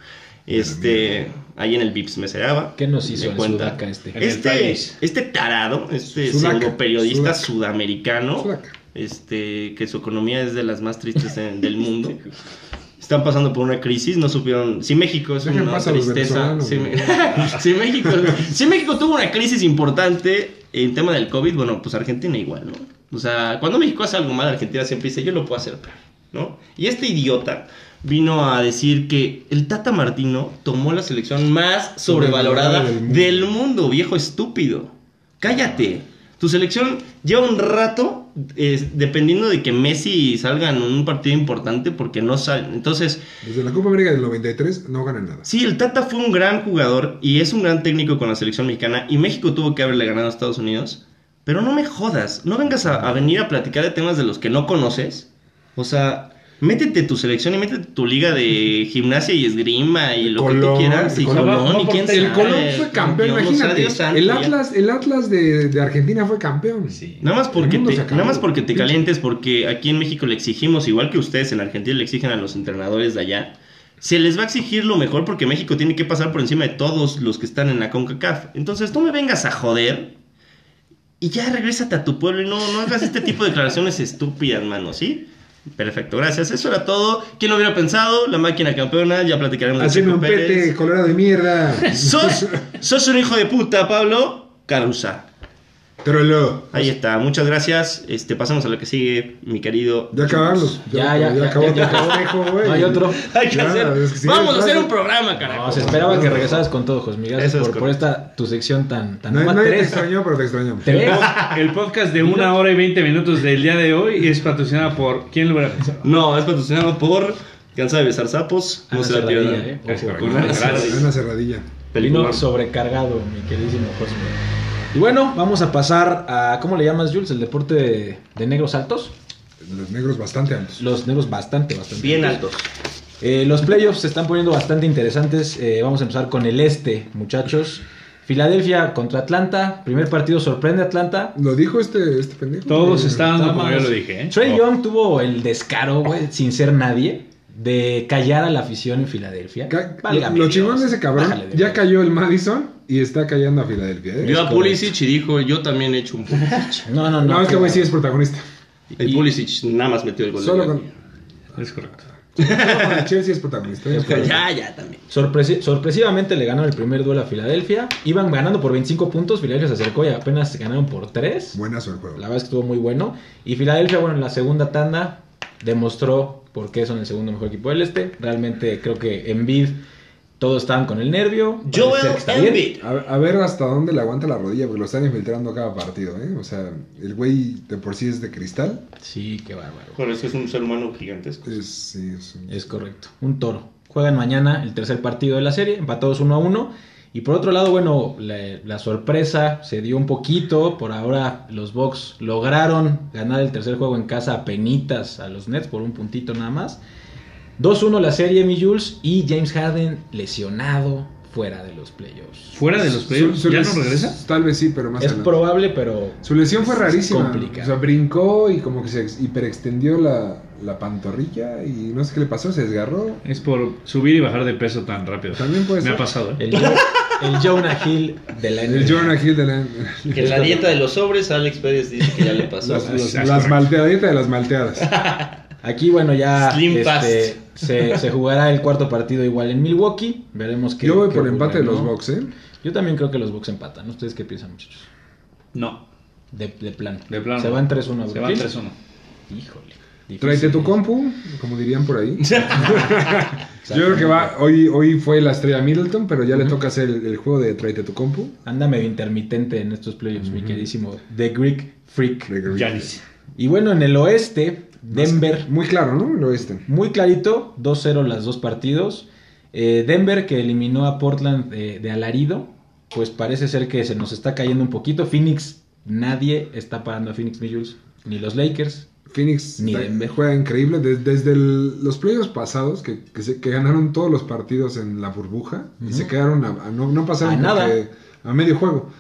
[SPEAKER 2] este, ahí en el Vips mesereaba.
[SPEAKER 4] ¿Qué nos hizo
[SPEAKER 2] Me
[SPEAKER 4] el
[SPEAKER 2] cuenta.
[SPEAKER 4] sudaca este?
[SPEAKER 3] En el
[SPEAKER 2] Este,
[SPEAKER 3] país.
[SPEAKER 2] este tarado, este
[SPEAKER 1] Sudaca,
[SPEAKER 2] pseudo periodista
[SPEAKER 1] Sudaca.
[SPEAKER 2] sudamericano,
[SPEAKER 1] Sudaca.
[SPEAKER 2] este que su economía es de las más tristes en- del mundo. Están pasando por una crisis, no supieron. Si México es
[SPEAKER 1] Dejen
[SPEAKER 2] una
[SPEAKER 1] pasar a los
[SPEAKER 2] tristeza.
[SPEAKER 1] venezolanos,
[SPEAKER 2] Si, Me- si México, si México tuvo una crisis importante en tema del COVID, bueno, pues Argentina igual, ¿no? O sea, cuando México hace algo mal, Argentina siempre dice, yo lo puedo hacer peor, ¿no? Y este idiota vino a decir que el Tata Martino tomó la selección más sobrevalorada
[SPEAKER 1] Sobrevalorada del mundo.
[SPEAKER 2] del mundo, viejo estúpido. Cállate. Tu selección lleva un rato eh, dependiendo de que Messi salga en un partido importante porque no sale. Entonces,
[SPEAKER 1] Desde la Copa América del 93 no ganan nada.
[SPEAKER 2] sí, el Tata fue un gran jugador y es un gran técnico con la selección mexicana y México tuvo que haberle ganado a Estados Unidos. Pero no me jodas, no vengas a, a venir a platicar de temas de los que no conoces. O sea, métete tu selección y métete tu liga de gimnasia y esgrima y lo
[SPEAKER 1] Colón,
[SPEAKER 2] que tú quieras. Y
[SPEAKER 1] el Colón.
[SPEAKER 2] Colón, y
[SPEAKER 3] No,
[SPEAKER 2] quién
[SPEAKER 3] porque
[SPEAKER 1] El
[SPEAKER 2] sabe.
[SPEAKER 1] Colón fue campeón,
[SPEAKER 2] Dios,
[SPEAKER 1] imagínate.
[SPEAKER 2] adiós, santo,
[SPEAKER 1] El
[SPEAKER 2] ya.
[SPEAKER 1] Atlas, el Atlas de, de Argentina fue campeón.
[SPEAKER 3] Sí.
[SPEAKER 2] Nada más,
[SPEAKER 1] El
[SPEAKER 2] porque
[SPEAKER 1] mundo
[SPEAKER 2] te,
[SPEAKER 1] se acabó.
[SPEAKER 2] nada más porque te calientes, porque aquí en México le exigimos, igual que ustedes en Argentina le exigen a los entrenadores de allá, se les va a exigir lo mejor porque México tiene que pasar por encima de todos los que están en la CONCACAF. Entonces, no me vengas a joder y ya regrésate a tu pueblo y no, no hagas este tipo de declaraciones estúpidas, mano, ¿sí? Perfecto, gracias. Eso era todo. ¿Quién lo hubiera pensado? La máquina campeona, ya platicaremos de
[SPEAKER 1] Haceme
[SPEAKER 2] Checo
[SPEAKER 1] un pete,
[SPEAKER 2] Pérez.
[SPEAKER 1] colorado de mierda.
[SPEAKER 2] ¿Sos, sos un hijo de puta, Pablo Carusa.
[SPEAKER 1] Troló.
[SPEAKER 2] Ahí está, muchas gracias. Este, pasamos a lo que sigue, mi querido.
[SPEAKER 1] Ya acabaron los.
[SPEAKER 4] Ya, ya, ya,
[SPEAKER 1] acabó
[SPEAKER 4] ya, ya
[SPEAKER 1] el
[SPEAKER 4] acabó.
[SPEAKER 1] festejo, güey.
[SPEAKER 4] No hay otro.
[SPEAKER 2] Hay que
[SPEAKER 1] Ya,
[SPEAKER 2] hacer.
[SPEAKER 1] es que sí,
[SPEAKER 2] Vamos a
[SPEAKER 1] es
[SPEAKER 2] hacer un
[SPEAKER 1] fácil.
[SPEAKER 2] programa, carajo.
[SPEAKER 4] No, se esperaba que regresaras con todo, José
[SPEAKER 2] Eso
[SPEAKER 4] Miguel. Gracias
[SPEAKER 2] es
[SPEAKER 4] por, por esta tu sección tan tan
[SPEAKER 1] Na-
[SPEAKER 4] nomás
[SPEAKER 1] nadie te
[SPEAKER 4] tres.
[SPEAKER 1] extrañó, pero te extrañamos.
[SPEAKER 4] Tres.
[SPEAKER 2] Ah,
[SPEAKER 3] El podcast de una hora y 20 minutos del día de hoy es patrocinado por. ¿Quién lo hubiera pensado?
[SPEAKER 2] No, es patrocinado por Cansado de besar sapos. Ah, No
[SPEAKER 4] Ana
[SPEAKER 2] se la
[SPEAKER 4] Serradilla,
[SPEAKER 2] pierdan.
[SPEAKER 4] ¿eh?
[SPEAKER 3] Es correcto.
[SPEAKER 2] Una
[SPEAKER 1] Es
[SPEAKER 3] Gracias.
[SPEAKER 1] una cerradilla.
[SPEAKER 2] Película.
[SPEAKER 4] Vino sobrecargado, mi queridísimo José Miguel. Y bueno, vamos a pasar a ¿cómo le llamas Jules? El deporte de, de negros altos.
[SPEAKER 1] Los negros bastante altos.
[SPEAKER 4] Los negros bastante, bastante.
[SPEAKER 2] Bien
[SPEAKER 4] altos.
[SPEAKER 2] altos.
[SPEAKER 4] Eh, los playoffs se están poniendo bastante interesantes. Eh, vamos a empezar con el este, muchachos. Filadelfia contra Atlanta. Primer partido sorprende a Atlanta.
[SPEAKER 1] Lo dijo este, este pendejo.
[SPEAKER 3] Todos
[SPEAKER 1] Eh,
[SPEAKER 3] estaban
[SPEAKER 4] Nada
[SPEAKER 3] como
[SPEAKER 4] más.
[SPEAKER 3] yo lo dije, ¿eh?
[SPEAKER 4] Trey
[SPEAKER 3] Oh.
[SPEAKER 4] Young tuvo el descaro, güey, sin ser nadie, de callar a la afición en Filadelfia.
[SPEAKER 1] Ca-
[SPEAKER 4] Válgame
[SPEAKER 1] lo
[SPEAKER 4] Dios.
[SPEAKER 1] chingón de ese
[SPEAKER 4] Bájale
[SPEAKER 1] cabrón,
[SPEAKER 4] de
[SPEAKER 1] ya
[SPEAKER 4] ver.
[SPEAKER 1] cayó el Madison y está cayendo a Filadelfia. ¿eh?
[SPEAKER 2] Vio a
[SPEAKER 4] correcto.
[SPEAKER 2] Pulisic y dijo: Yo también he hecho un Pulisic.
[SPEAKER 4] No, no, no.
[SPEAKER 1] No, este
[SPEAKER 4] qué
[SPEAKER 1] güey sí
[SPEAKER 4] bárbaro.
[SPEAKER 1] es protagonista.
[SPEAKER 2] El
[SPEAKER 4] Y-
[SPEAKER 2] Pulisic nada más metió el gol. de
[SPEAKER 1] Solo
[SPEAKER 2] Gavi.
[SPEAKER 1] con,
[SPEAKER 3] Es correcto.
[SPEAKER 1] solo con el Chelsea es protagonista. ¿eh?
[SPEAKER 4] Es correcto.
[SPEAKER 2] Ya, ya también.
[SPEAKER 4] Sorpresi- sorpresivamente le ganaron el primer duelo a Filadelfia. Iban ganando por 25 puntos. Filadelfia se acercó y apenas ganaron por 3.
[SPEAKER 1] Buenazo el juego.
[SPEAKER 4] La verdad es que estuvo muy bueno. Y Filadelfia, bueno, en la segunda tanda demostró por qué son el segundo mejor equipo del este. Realmente creo que en Bid todos estaban con el nervio. Parece ser
[SPEAKER 2] Joel
[SPEAKER 4] que está bien.
[SPEAKER 2] Embiid.
[SPEAKER 1] A, a ver hasta dónde le aguanta la rodilla, porque lo están infiltrando cada partido, ¿eh? O sea, el güey de por sí es de cristal.
[SPEAKER 4] Sí, qué bárbaro.
[SPEAKER 2] Bueno, es que es un ser humano gigantesco.
[SPEAKER 1] Es, sí, es un-
[SPEAKER 4] Es correcto. Un toro. Juegan mañana el tercer partido de la serie, empatados 1 a 1. Y por otro lado, bueno, la, la sorpresa se dio un poquito. Por ahora los Bucks lograron ganar el tercer juego en casa a penitas a los Nets por un puntito nada más. 2-1 la serie, mi Jules, y James Harden lesionado fuera de los playoffs.
[SPEAKER 3] Fuera de los playoffs,
[SPEAKER 1] Su- su
[SPEAKER 3] ¿ya no
[SPEAKER 1] les-
[SPEAKER 3] regresa?
[SPEAKER 1] Tal vez sí, pero más
[SPEAKER 4] Es
[SPEAKER 1] adelante.
[SPEAKER 4] probable, pero
[SPEAKER 1] Su lesión fue rarísima.
[SPEAKER 4] complicado.
[SPEAKER 1] O sea, brincó y como que se ex- hiperextendió la, la pantorrilla y no sé qué le pasó, se desgarró.
[SPEAKER 3] Es por subir y bajar de peso tan rápido.
[SPEAKER 1] También puede
[SPEAKER 3] Me
[SPEAKER 1] ser.
[SPEAKER 3] ha pasado, ¿eh?
[SPEAKER 4] el, el Jonah Hill de la
[SPEAKER 1] El
[SPEAKER 4] NBA.
[SPEAKER 1] Jonah Hill de la...
[SPEAKER 2] Que en la dieta de los sobres, Alex Pérez dice que ya le pasó.
[SPEAKER 1] Las, los-
[SPEAKER 3] Exacto.
[SPEAKER 1] las malteadas, dieta de las malteadas.
[SPEAKER 4] Aquí, bueno, ya
[SPEAKER 2] Slim
[SPEAKER 4] este,
[SPEAKER 2] fast.
[SPEAKER 4] se, se jugará el cuarto partido igual en Milwaukee. Veremos qué.
[SPEAKER 1] Yo voy
[SPEAKER 4] qué
[SPEAKER 1] por
[SPEAKER 4] ocurre,
[SPEAKER 1] empate de los
[SPEAKER 4] ¿no?
[SPEAKER 1] Bucks, ¿eh?
[SPEAKER 4] Yo también creo que los Bucks empatan. ¿Ustedes qué piensan, muchachos?
[SPEAKER 3] No,
[SPEAKER 4] De, de plano.
[SPEAKER 3] de plano.
[SPEAKER 4] Se van 3-1 a
[SPEAKER 3] Se van
[SPEAKER 4] Brooklyn.
[SPEAKER 3] 3-1.
[SPEAKER 4] Híjole. difícil.
[SPEAKER 1] Tráete tu compu, como dirían por ahí. Yo
[SPEAKER 4] Exactamente.
[SPEAKER 1] creo que va, hoy, hoy fue la estrella Middleton, pero ya le toca hacer el, el juego de tráete tu compu.
[SPEAKER 4] Anda medio intermitente en estos playoffs, mi queridísimo The Greek Freak.
[SPEAKER 3] Giannis.
[SPEAKER 4] Y bueno, en el oeste, Denver,
[SPEAKER 1] Muy claro, ¿no? El oeste.
[SPEAKER 4] muy clarito, 2-0 las dos partidos. Eh, Denver que eliminó a Portland de, de alarido, pues parece ser que se nos está cayendo un poquito. Phoenix, nadie está parando a Phoenix, mi Jules, ni los Lakers.
[SPEAKER 1] Phoenix
[SPEAKER 4] Ni
[SPEAKER 1] está-
[SPEAKER 4] Denver.
[SPEAKER 1] juega increíble. Des- desde el- los playoffs pasados, que, que se- que ganaron todos los partidos en la burbuja y se quedaron a, a no, no pasaron
[SPEAKER 4] A nada.
[SPEAKER 1] porque- a medio juego.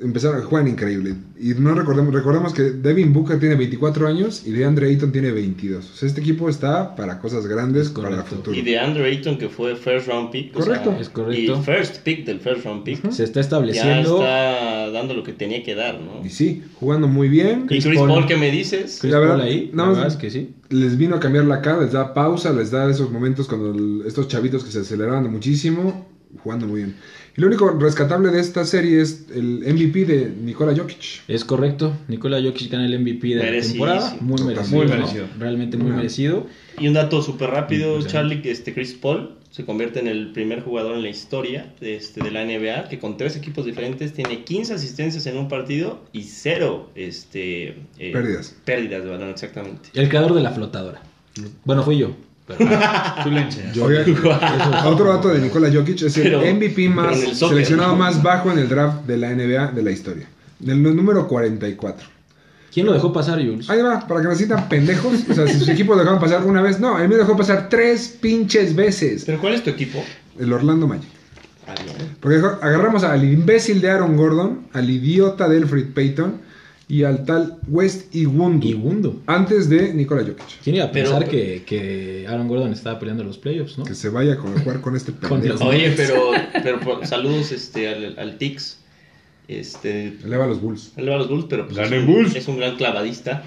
[SPEAKER 1] Empezaron, juegan increíble. Y no recordemos, recordemos que Devin Booker tiene 24 años y DeAndre Ayton tiene 22. O sea, este equipo está para cosas grandes,
[SPEAKER 4] Es
[SPEAKER 1] para el
[SPEAKER 4] correcto.
[SPEAKER 1] futuro.
[SPEAKER 2] Y de Andrew Ayton, que fue first round pick. o
[SPEAKER 1] Correcto.
[SPEAKER 2] sea,
[SPEAKER 4] Es correcto.
[SPEAKER 2] Y first pick del first round
[SPEAKER 1] ¿Mm?
[SPEAKER 2] pick.
[SPEAKER 4] Se está
[SPEAKER 2] Ya
[SPEAKER 4] estableciendo.
[SPEAKER 2] está dando lo que tenía que dar, ¿no?
[SPEAKER 1] Y sí, jugando muy bien.
[SPEAKER 2] Y
[SPEAKER 4] Chris
[SPEAKER 2] Chris
[SPEAKER 4] Paul.
[SPEAKER 2] Paul, ¿qué me dices?
[SPEAKER 4] Chris
[SPEAKER 1] La verdad,
[SPEAKER 4] Paul ahí,
[SPEAKER 1] no,
[SPEAKER 4] la verdad es que sí.
[SPEAKER 1] les vino a cambiar la cara, les da pausa, les da esos momentos cuando el- estos chavitos que se aceleraban muchísimo, jugando muy bien. Y lo único rescatable de esta serie es el MVP de Nikola Jokic.
[SPEAKER 4] Es correcto, Nikola Jokic gana el MVP de la
[SPEAKER 2] Merecidísimo.
[SPEAKER 4] temporada, muy
[SPEAKER 1] Total-
[SPEAKER 4] merecido,
[SPEAKER 3] muy
[SPEAKER 4] ¿no?
[SPEAKER 3] merecido.
[SPEAKER 4] realmente muy
[SPEAKER 1] Ajá.
[SPEAKER 4] merecido.
[SPEAKER 2] Y un dato súper rápido,
[SPEAKER 4] Ujú.
[SPEAKER 2] Charlie, que este Chris Paul se convierte en el primer jugador en la historia de, este, de la NBA que con tres equipos diferentes tiene 15 asistencias en un partido y cero este, eh,
[SPEAKER 1] Pérdidas.
[SPEAKER 2] Pérdidas de balón, exactamente.
[SPEAKER 4] El creador de la flotadora. Bueno, fui yo. pero-
[SPEAKER 3] Tú le enseñas.
[SPEAKER 1] Oigan, otro dato de Nikola Jokic es el
[SPEAKER 2] Pero-
[SPEAKER 1] MVP más
[SPEAKER 2] pero en el soccer.
[SPEAKER 1] seleccionado más bajo en el draft de la NBA de la historia. Del nu- número 44.
[SPEAKER 4] ¿Quién lo dejó pasar, Jules?
[SPEAKER 1] Ahí va, para que no se sientan pendejos. O sea, si su equipo lo dejaron pasar una vez, no, él me dejó pasar tres pinches veces.
[SPEAKER 2] ¿Pero cuál es tu equipo?
[SPEAKER 1] El Orlando Magic. Porque dijo, agarramos al imbécil de Aaron Gordon, al idiota de Elfrid Payton y al tal West Iwundu.
[SPEAKER 4] Y Gundo.
[SPEAKER 1] Antes de Nikola Jokic.
[SPEAKER 4] ¿Quién iba a
[SPEAKER 2] Pero-
[SPEAKER 4] pensar que, que Aaron Gordon estaba peleando los playoffs, no?
[SPEAKER 1] Que se vaya a jugar con este
[SPEAKER 4] Con
[SPEAKER 1] pendejo.
[SPEAKER 4] los-
[SPEAKER 2] Oye, pero, pero por- saludos este, al, al Tix. Este,
[SPEAKER 1] Eleva a los Bulls.
[SPEAKER 2] él le va a los Bulls, pero pues,
[SPEAKER 3] Ganen
[SPEAKER 2] es, un-
[SPEAKER 3] Bulls.
[SPEAKER 2] es un gran clavadista.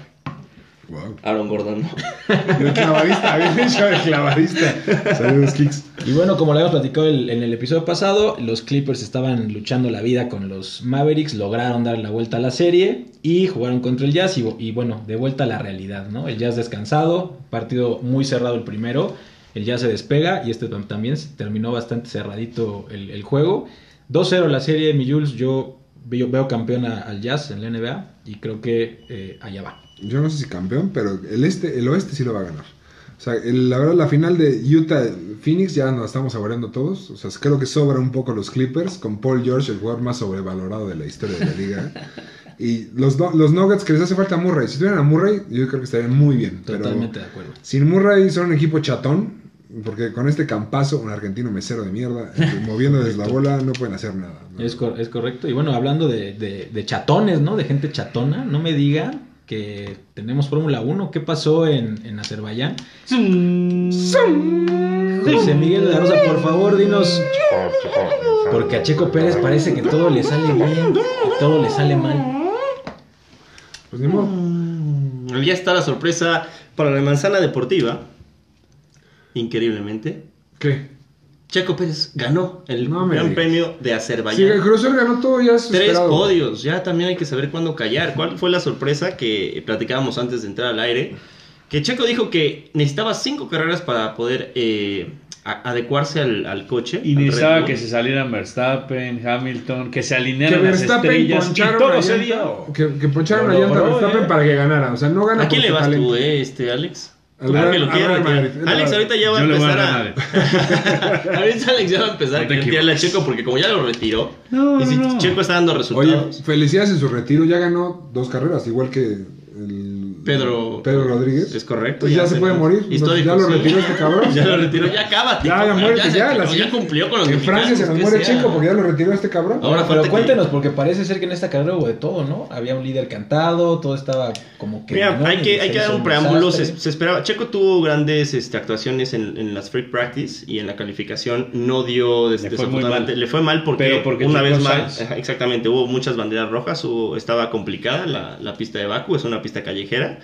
[SPEAKER 1] Wow.
[SPEAKER 2] Aaron Gordon. ¿no?
[SPEAKER 1] El clavadista, bien hecho el clavadista. Saludos, Kicks.
[SPEAKER 4] Y bueno, como lo habíamos platicado el- en el episodio pasado, los Clippers estaban luchando la vida con los Mavericks, lograron dar la vuelta a la serie y jugaron contra el Jazz y, bu- y bueno, de vuelta a la realidad, ¿no? El Jazz descansado, partido muy cerrado el primero, el Jazz se despega y este tam- también se terminó bastante cerradito el, el juego. 2-0 la serie, mi Jules, yo veo, veo campeón a- al Jazz en la NBA y creo que eh, allá va.
[SPEAKER 1] Yo no sé si campeón, pero el este, el oeste sí lo va a ganar. O sea, el- la verdad, la final de Utah-Phoenix ya nos la estamos saboreando todos. O sea, creo que sobra un poco los Clippers con Paul George, el jugador más sobrevalorado de la historia de la liga. y los, do- los Nuggets que les hace falta a Murray. Si tuvieran a Murray, yo creo que estarían muy bien. pero
[SPEAKER 4] Totalmente de acuerdo.
[SPEAKER 1] sin Murray son un equipo chatón, porque con este campazo, un argentino mesero de mierda, eh, moviéndoles la bola, no pueden hacer nada. ¿no?
[SPEAKER 2] Eh,
[SPEAKER 4] Es, cor- es correcto. Y bueno, hablando de, de- de chatones, ¿no? De gente chatona, no me digan que tenemos Fórmula 1. ¿Qué pasó en, en Azerbaiyán? José Miguel de la Rosa, por favor, dinos. Porque a Checo Pérez parece que todo le sale bien y todo le sale mal.
[SPEAKER 1] Pues ni modo.
[SPEAKER 2] Mm, Ya está la sorpresa para la manzana deportiva. Increíblemente.
[SPEAKER 1] ¿Qué?
[SPEAKER 2] Checo Pérez ganó el
[SPEAKER 1] No me
[SPEAKER 2] Gran
[SPEAKER 1] digas.
[SPEAKER 2] Premio de
[SPEAKER 1] Si el
[SPEAKER 2] Azerbaiyán.
[SPEAKER 1] Cruzeiro ganó todo, ya es
[SPEAKER 2] Tres
[SPEAKER 1] esperado.
[SPEAKER 2] podios, ya también hay que saber cuándo callar. ¿Cuál fue la sorpresa que platicábamos antes de entrar al aire? Que Checo dijo que necesitaba cinco carreras para poder eh, a- adecuarse al, al coche.
[SPEAKER 3] Y
[SPEAKER 2] al Red
[SPEAKER 3] necesitaba
[SPEAKER 2] Bull.
[SPEAKER 3] que se salieran Verstappen, Hamilton, que se
[SPEAKER 1] que
[SPEAKER 3] alinearan las
[SPEAKER 1] Verstappen
[SPEAKER 3] estrellas. Y
[SPEAKER 1] poncharon
[SPEAKER 3] todo
[SPEAKER 1] la
[SPEAKER 3] se
[SPEAKER 1] llanta-
[SPEAKER 3] dio.
[SPEAKER 1] que, que poncharon
[SPEAKER 3] Lo
[SPEAKER 1] la llanta a
[SPEAKER 3] logró,
[SPEAKER 1] Verstappen
[SPEAKER 3] eh.
[SPEAKER 1] para que ganara. O sea, no gana
[SPEAKER 2] ¿A quién
[SPEAKER 1] por
[SPEAKER 2] le
[SPEAKER 1] su
[SPEAKER 2] vas tú,
[SPEAKER 1] talento.
[SPEAKER 2] eh, este, Alex? Claro que lo
[SPEAKER 1] Real-
[SPEAKER 2] quiero
[SPEAKER 1] al Real
[SPEAKER 2] batear.
[SPEAKER 1] Madrid.
[SPEAKER 2] Alex ahorita ya va a
[SPEAKER 3] Yo le voy a
[SPEAKER 2] empezar a...
[SPEAKER 3] dar
[SPEAKER 2] ahorita Alex ya va a empezar
[SPEAKER 3] No
[SPEAKER 2] a
[SPEAKER 3] te
[SPEAKER 2] criticarle a Checo porque como ya lo retiró,
[SPEAKER 3] No,
[SPEAKER 2] y si
[SPEAKER 3] no, no.
[SPEAKER 2] Checo está dando
[SPEAKER 1] Oye,
[SPEAKER 2] resultados,
[SPEAKER 1] felicidades en su retiro, ya ganó dos carreras, igual que el
[SPEAKER 2] Pedro...
[SPEAKER 1] Pedro Rodríguez.
[SPEAKER 2] Es correcto.
[SPEAKER 1] Pues ya se puede morir,
[SPEAKER 2] Histórico,
[SPEAKER 1] ya lo
[SPEAKER 2] sí.
[SPEAKER 1] retiró este cabrón.
[SPEAKER 2] Ya lo retiró, ya acábate.
[SPEAKER 1] Ya, ya
[SPEAKER 2] compadre,
[SPEAKER 1] muérete,
[SPEAKER 2] se
[SPEAKER 1] ya,
[SPEAKER 2] acabó,
[SPEAKER 1] la
[SPEAKER 2] ya
[SPEAKER 1] siguiente-
[SPEAKER 2] cumplió con los
[SPEAKER 1] En Francia se nos
[SPEAKER 2] mexicanos,
[SPEAKER 1] muere
[SPEAKER 2] que sea.
[SPEAKER 1] Chico porque ya lo retiró este cabrón.
[SPEAKER 2] Ahora
[SPEAKER 4] Pero
[SPEAKER 2] falta que-
[SPEAKER 4] cuéntenos, porque parece ser que en esta carrera hubo de todo, ¿no? Había un líder cantado, todo estaba como que.
[SPEAKER 2] Mira,
[SPEAKER 4] ¿no?
[SPEAKER 2] hay,
[SPEAKER 4] Y
[SPEAKER 2] que, hay
[SPEAKER 4] se
[SPEAKER 2] que dar
[SPEAKER 4] hizo
[SPEAKER 2] un preámbulo. Se,
[SPEAKER 4] desastre.
[SPEAKER 2] se esperaba. Checo tuvo grandes este, actuaciones en, en las free practice y en la calificación no dio des-
[SPEAKER 3] Le fue muy
[SPEAKER 2] desafortunadamente-
[SPEAKER 3] mal.
[SPEAKER 2] Le fue mal porque,
[SPEAKER 3] Pero porque
[SPEAKER 2] una
[SPEAKER 3] Checo
[SPEAKER 2] vez más,
[SPEAKER 3] Sainz.
[SPEAKER 2] ajá, exactamente, hubo muchas banderas rojas. hubo- estaba complicada la, la pista de Baku, es una pista callejera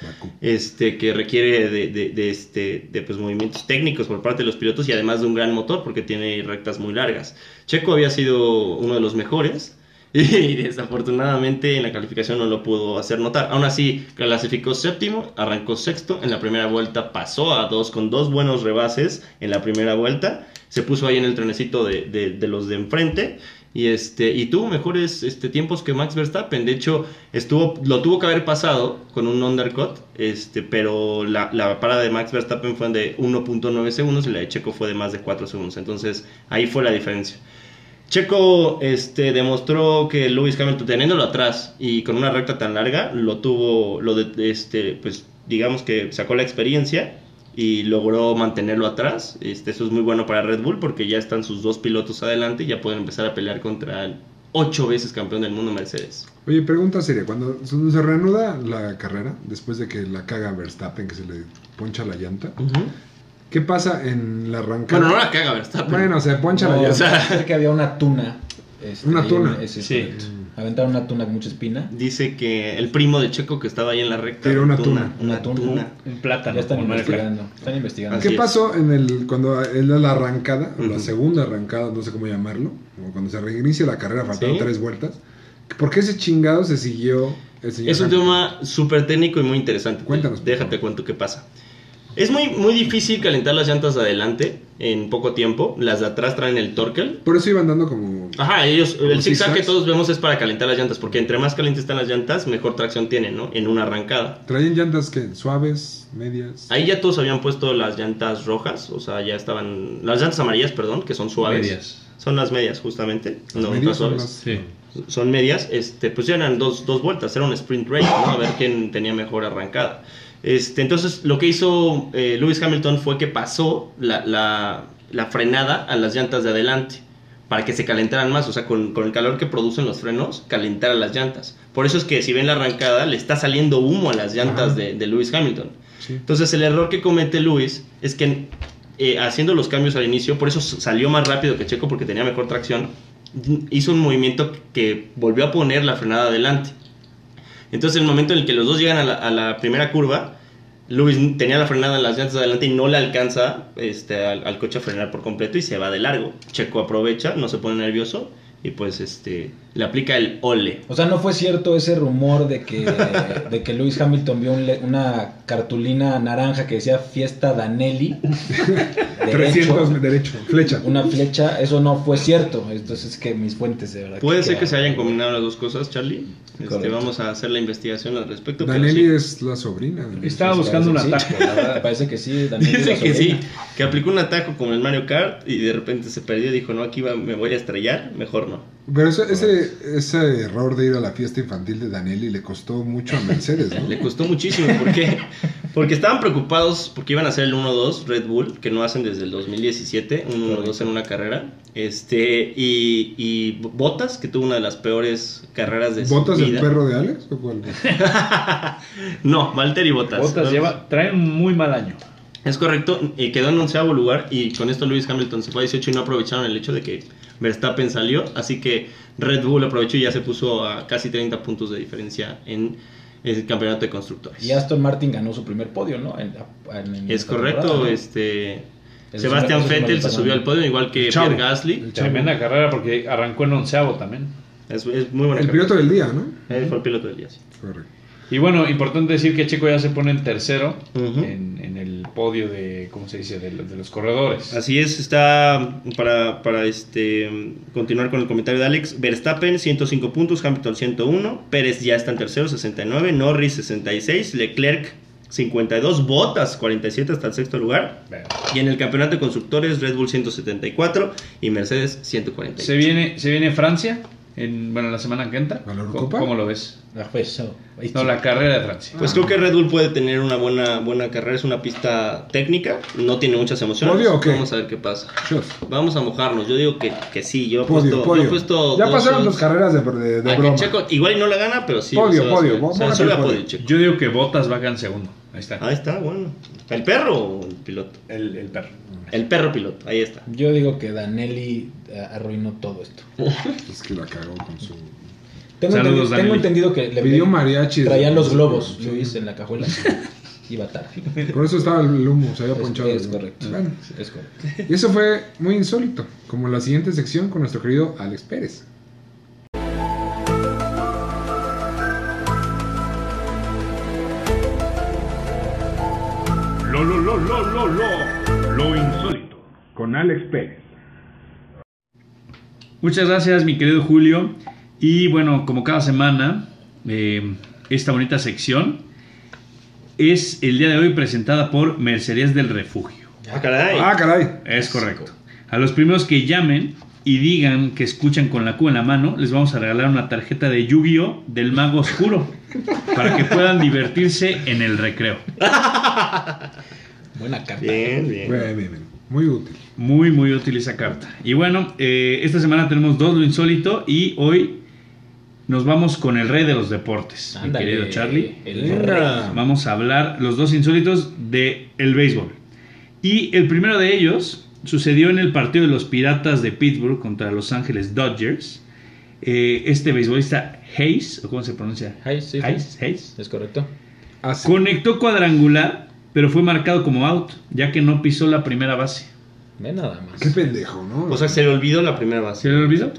[SPEAKER 2] este, que requiere de, de- de, este, de pues, movimientos técnicos por parte de los pilotos y además de un gran motor porque tiene rectas muy largas. Checo había sido uno de los mejores y desafortunadamente en la calificación no lo pudo hacer notar. Aún así, clasificó séptimo, arrancó sexto, en la primera vuelta pasó a dos con dos buenos rebases en la primera vuelta, se puso ahí en el trenecito de, de- de los de enfrente. Y, este, y tuvo mejores este, tiempos que Max Verstappen. De hecho, estuvo, lo tuvo que haber pasado con un undercut, este, pero la, la parada de Max Verstappen fue de 1.9 segundos y la de Checo fue de más de 4 segundos. Entonces, ahí fue la diferencia. Checo este, demostró que Lewis Hamilton, teniéndolo atrás y con una recta tan larga, lo tuvo, lo de- este, pues digamos que sacó la experiencia y logró mantenerlo atrás. Este, eso es muy bueno para Red Bull porque ya están sus dos pilotos adelante y ya pueden empezar a pelear contra el ocho veces campeón del mundo Mercedes.
[SPEAKER 1] Oye, pregunta seria, cuando se se reanuda la carrera, después de que la caga Verstappen, que se le poncha la llanta, ¿qué pasa en la arrancada?
[SPEAKER 2] Bueno, no la caga Verstappen.
[SPEAKER 1] Bueno, se poncha la
[SPEAKER 4] No,
[SPEAKER 1] llanta.
[SPEAKER 2] o sea,
[SPEAKER 4] parece que había una tuna. este,
[SPEAKER 1] Una
[SPEAKER 4] ahí
[SPEAKER 1] tuna.
[SPEAKER 4] en- ese es
[SPEAKER 3] Sí.
[SPEAKER 4] correcto. Aventaron una tuna con mucha espina.
[SPEAKER 2] Dice que el primo de Checo que estaba ahí en la recta.
[SPEAKER 1] Tiró una tuna.
[SPEAKER 2] Una,
[SPEAKER 4] Una tuna.
[SPEAKER 2] tuna. Ah,
[SPEAKER 3] Un plátano.
[SPEAKER 4] Ya están
[SPEAKER 3] como Mario Kart.
[SPEAKER 4] investigando. Están investigando.
[SPEAKER 2] Así
[SPEAKER 1] ¿Qué
[SPEAKER 2] es.
[SPEAKER 1] pasó en el cuando en la arrancada, o la
[SPEAKER 2] Ujú.
[SPEAKER 1] segunda arrancada, no sé cómo llamarlo, o cuando se reinicia la carrera faltando
[SPEAKER 2] Sí.
[SPEAKER 1] tres vueltas? ¿Por qué ese chingado se siguió el señor
[SPEAKER 2] Es un
[SPEAKER 1] Hamilton?
[SPEAKER 2] tema súper técnico y muy interesante.
[SPEAKER 1] Cuéntanos, por
[SPEAKER 2] Déjate
[SPEAKER 1] favor.
[SPEAKER 2] cuento qué pasa. Es muy, muy difícil calentar las llantas adelante en poco tiempo. Las de atrás traen el torque
[SPEAKER 1] Por eso iban dando como
[SPEAKER 2] Ajá, ellos,
[SPEAKER 1] Como
[SPEAKER 2] el zigzag que
[SPEAKER 1] zigzags.
[SPEAKER 2] todos vemos es para calentar las llantas, porque entre más calientes están las llantas, mejor tracción tienen, ¿no? En una arrancada.
[SPEAKER 1] traían llantas que suaves, medias.
[SPEAKER 2] Ahí ya todos habían puesto las llantas rojas, o sea, ya estaban. Las llantas amarillas, perdón, que son suaves.
[SPEAKER 3] Medias.
[SPEAKER 2] Son las medias, justamente.
[SPEAKER 1] Las
[SPEAKER 2] No,
[SPEAKER 1] medias
[SPEAKER 2] las
[SPEAKER 1] son
[SPEAKER 2] suaves.
[SPEAKER 1] las-
[SPEAKER 3] Sí.
[SPEAKER 2] son medias, este, pues ya eran dos, dos vueltas, era un sprint race, ¿no? A ver quién tenía mejor arrancada. Este, entonces, lo que hizo eh, Lewis Hamilton fue que pasó la, la- la frenada a las llantas de adelante para que se calentaran más, o sea, con, con el calor que producen los frenos, calentar a las llantas. Por eso es que si ven la arrancada, le está saliendo humo a las llantas
[SPEAKER 1] Ajá.
[SPEAKER 2] de, de Lewis Hamilton.
[SPEAKER 1] Sí.
[SPEAKER 2] Entonces, el error que comete Lewis es que eh, haciendo los cambios al inicio, por eso s- salió más rápido que Checo porque tenía mejor tracción, hizo un movimiento que volvió a poner la frenada adelante. Entonces, el momento en el que los dos llegan a la, a la primera curva, Lewis n- tenía la frenada en las llantas adelante y no le alcanza este, al, al coche a frenar por completo y se va de largo. Checo aprovecha, no se pone nervioso y pues este, le aplica el ole.
[SPEAKER 4] O sea, no fue cierto ese rumor de que, de que Lewis Hamilton vio un le- una cartulina naranja que decía Fiesta Danelli. Derecho,
[SPEAKER 1] 300 derecho, flecha.
[SPEAKER 4] Una flecha, eso no fue cierto. Entonces, que mis fuentes, de verdad.
[SPEAKER 2] Puede ser que
[SPEAKER 4] quedan-
[SPEAKER 2] se hayan combinado las dos cosas, Charlie. Este,
[SPEAKER 4] Correcto.
[SPEAKER 2] vamos a hacer la investigación al respecto. pero
[SPEAKER 1] Danelli
[SPEAKER 2] sí.
[SPEAKER 1] es la sobrina. de-
[SPEAKER 3] Estaba buscando un
[SPEAKER 4] Parece que
[SPEAKER 3] atajo,
[SPEAKER 4] sí, la verdad, Parece que sí, Danelli.
[SPEAKER 2] Dice
[SPEAKER 4] es la
[SPEAKER 2] que sí,
[SPEAKER 4] sobrina.
[SPEAKER 2] que aplicó un atajo como el Mario Kart y de repente se perdió y dijo, no, aquí va- me voy a estrellar, mejor no.
[SPEAKER 1] Pero eso- ese, ese error de ir a la fiesta infantil de Danelli le costó mucho a Mercedes, ¿no?
[SPEAKER 2] Le costó muchísimo, ¿por qué? Porque estaban preocupados porque iban a hacer el 1-2 Red Bull, que no hacen desde el 2017, un 1-2 en una carrera. Este, y, y Botas, que tuvo una de las peores carreras de
[SPEAKER 1] ¿Botas
[SPEAKER 2] su
[SPEAKER 1] del
[SPEAKER 2] vida.
[SPEAKER 1] perro de Alex o cuál?
[SPEAKER 2] No, Valtteri Botas.
[SPEAKER 3] Botas lleva, traen muy mal año.
[SPEAKER 2] Es correcto, eh, quedó en onceavo lugar y con esto Lewis Hamilton se fue a 18 y no aprovecharon el hecho de que Verstappen salió, así que Red Bull aprovechó y ya se puso a casi 30 puntos de diferencia en el campeonato de constructores.
[SPEAKER 4] Y Aston Martin ganó su primer podio, ¿no? En- en- en
[SPEAKER 2] es
[SPEAKER 4] esta temporada,
[SPEAKER 2] correcto,
[SPEAKER 4] ¿no?
[SPEAKER 2] este Sebastián
[SPEAKER 4] El señor- el señor
[SPEAKER 2] Vettel se
[SPEAKER 4] Fernando.
[SPEAKER 2] subió al podio igual que
[SPEAKER 1] Chao.
[SPEAKER 2] Pierre Gasly.
[SPEAKER 1] El chavo.
[SPEAKER 3] Tremenda carrera porque arrancó en onceavo también.
[SPEAKER 2] Es, es muy buena.
[SPEAKER 1] El
[SPEAKER 2] carrera.
[SPEAKER 1] piloto del día, ¿no?
[SPEAKER 2] Él fue el piloto del día. sí.
[SPEAKER 1] Correcto.
[SPEAKER 3] Y bueno, importante decir que Checo ya se pone en tercero
[SPEAKER 2] Ujú.
[SPEAKER 3] en, en el podio de, ¿cómo se dice?, de, lo- de los corredores.
[SPEAKER 2] Así es, está para, para este, continuar con el comentario de Alex. Verstappen 105 puntos, Hamilton 101, Pérez ya está en tercero 69, Norris 66, Leclerc 52 botas, 47 hasta el sexto lugar.
[SPEAKER 3] Bueno,
[SPEAKER 2] Y en el campeonato de constructores, Red Bull 174 y Mercedes 140.
[SPEAKER 3] Se viene, se viene Francia, en, bueno, la semana que entra.
[SPEAKER 1] ¿A la
[SPEAKER 3] ¿Cómo,
[SPEAKER 1] Eurocopa? Ah.
[SPEAKER 3] cómo lo ves?
[SPEAKER 4] Ah, pues, so-
[SPEAKER 3] No, la carrera de Francia.
[SPEAKER 2] Pues creo que Red Bull puede tener una buena, buena carrera, es una pista técnica, no tiene muchas emociones.
[SPEAKER 1] ¿Podio o qué?
[SPEAKER 2] Vamos a ver qué pasa.
[SPEAKER 1] Shot.
[SPEAKER 2] Vamos a mojarnos, yo digo que, que sí, yo he
[SPEAKER 1] Podio,
[SPEAKER 2] puesto, yo he
[SPEAKER 1] podio.
[SPEAKER 2] puesto
[SPEAKER 1] Ya
[SPEAKER 2] dos
[SPEAKER 1] pasaron
[SPEAKER 2] shots
[SPEAKER 1] las carreras de, de, de
[SPEAKER 2] a que
[SPEAKER 1] broma.
[SPEAKER 2] Checo- igual y no la gana, pero sí.
[SPEAKER 1] Podio,
[SPEAKER 2] se va a
[SPEAKER 1] podio,
[SPEAKER 2] subir.
[SPEAKER 1] vamos
[SPEAKER 2] Se va a
[SPEAKER 1] a
[SPEAKER 2] subir a
[SPEAKER 1] poner
[SPEAKER 2] podio,
[SPEAKER 1] podio.
[SPEAKER 2] Checo.
[SPEAKER 3] Pues, Yo digo que Botas va a en segundo. Ahí está.
[SPEAKER 2] Ahí está, bueno. ¿El perro o el piloto?
[SPEAKER 3] El, el perro.
[SPEAKER 2] El perro piloto, ahí está.
[SPEAKER 4] Yo digo que Danelli eh, arruinó todo esto.
[SPEAKER 1] Es que la cagó con su.
[SPEAKER 4] Tengo,
[SPEAKER 3] Saludos,
[SPEAKER 4] entendido, tengo
[SPEAKER 3] Danelli.
[SPEAKER 4] entendido que le
[SPEAKER 1] Pidió mariachis.
[SPEAKER 4] Traían los globos,
[SPEAKER 1] Sí.
[SPEAKER 4] Luis, en la cajuela. Iba tarde.
[SPEAKER 1] Por eso estaba el humo, se había
[SPEAKER 4] Es,
[SPEAKER 1] ponchado.
[SPEAKER 4] es
[SPEAKER 1] ¿no?
[SPEAKER 4] correcto.
[SPEAKER 1] Bueno,
[SPEAKER 4] Es correcto.
[SPEAKER 1] y eso fue muy insólito. Como la siguiente sección con nuestro querido Alex Pérez.
[SPEAKER 5] Lo, lo, lo, lo, lo, lo, lo insólito. Con Alex Pérez.
[SPEAKER 3] Muchas gracias, mi querido Julio. Y bueno, como cada semana, eh, esta bonita sección es el día de hoy presentada por Mercerías del Refugio.
[SPEAKER 2] Ah, caray.
[SPEAKER 1] Ah, caray.
[SPEAKER 3] Es correcto. A los primeros que llamen y digan que escuchan con la Q en la mano, les vamos a regalar una tarjeta de Yu-Gi-Oh del Mago Oscuro para que puedan divertirse en el recreo.
[SPEAKER 4] Buena carta.
[SPEAKER 2] Bien, bien.
[SPEAKER 1] Bien, bien, bien. Muy útil.
[SPEAKER 3] Muy, muy útil esa carta. Y bueno, eh, esta semana tenemos dos lo insólito y hoy nos vamos con el rey de los deportes, mi
[SPEAKER 4] Ándale,
[SPEAKER 3] querido Charlie.
[SPEAKER 4] el
[SPEAKER 1] Venga.
[SPEAKER 4] rey.
[SPEAKER 3] Vamos a hablar los dos insólitos de el béisbol. Y el primero de ellos sucedió en el partido de los Piratas de Pittsburgh contra Los Ángeles Dodgers. Eh, este beisbolista Hayes, o cómo se pronuncia,
[SPEAKER 4] Hayes, sí, sí.
[SPEAKER 3] Hayes, Hayes,
[SPEAKER 4] Es correcto.
[SPEAKER 1] Así.
[SPEAKER 3] conectó cuadrangular, pero fue marcado como out, ya que no pisó la primera base.
[SPEAKER 4] Ve nada más.
[SPEAKER 1] Qué pendejo, ¿no?
[SPEAKER 2] O sea, se le olvidó la primera base.
[SPEAKER 3] ¿Se le olvidó?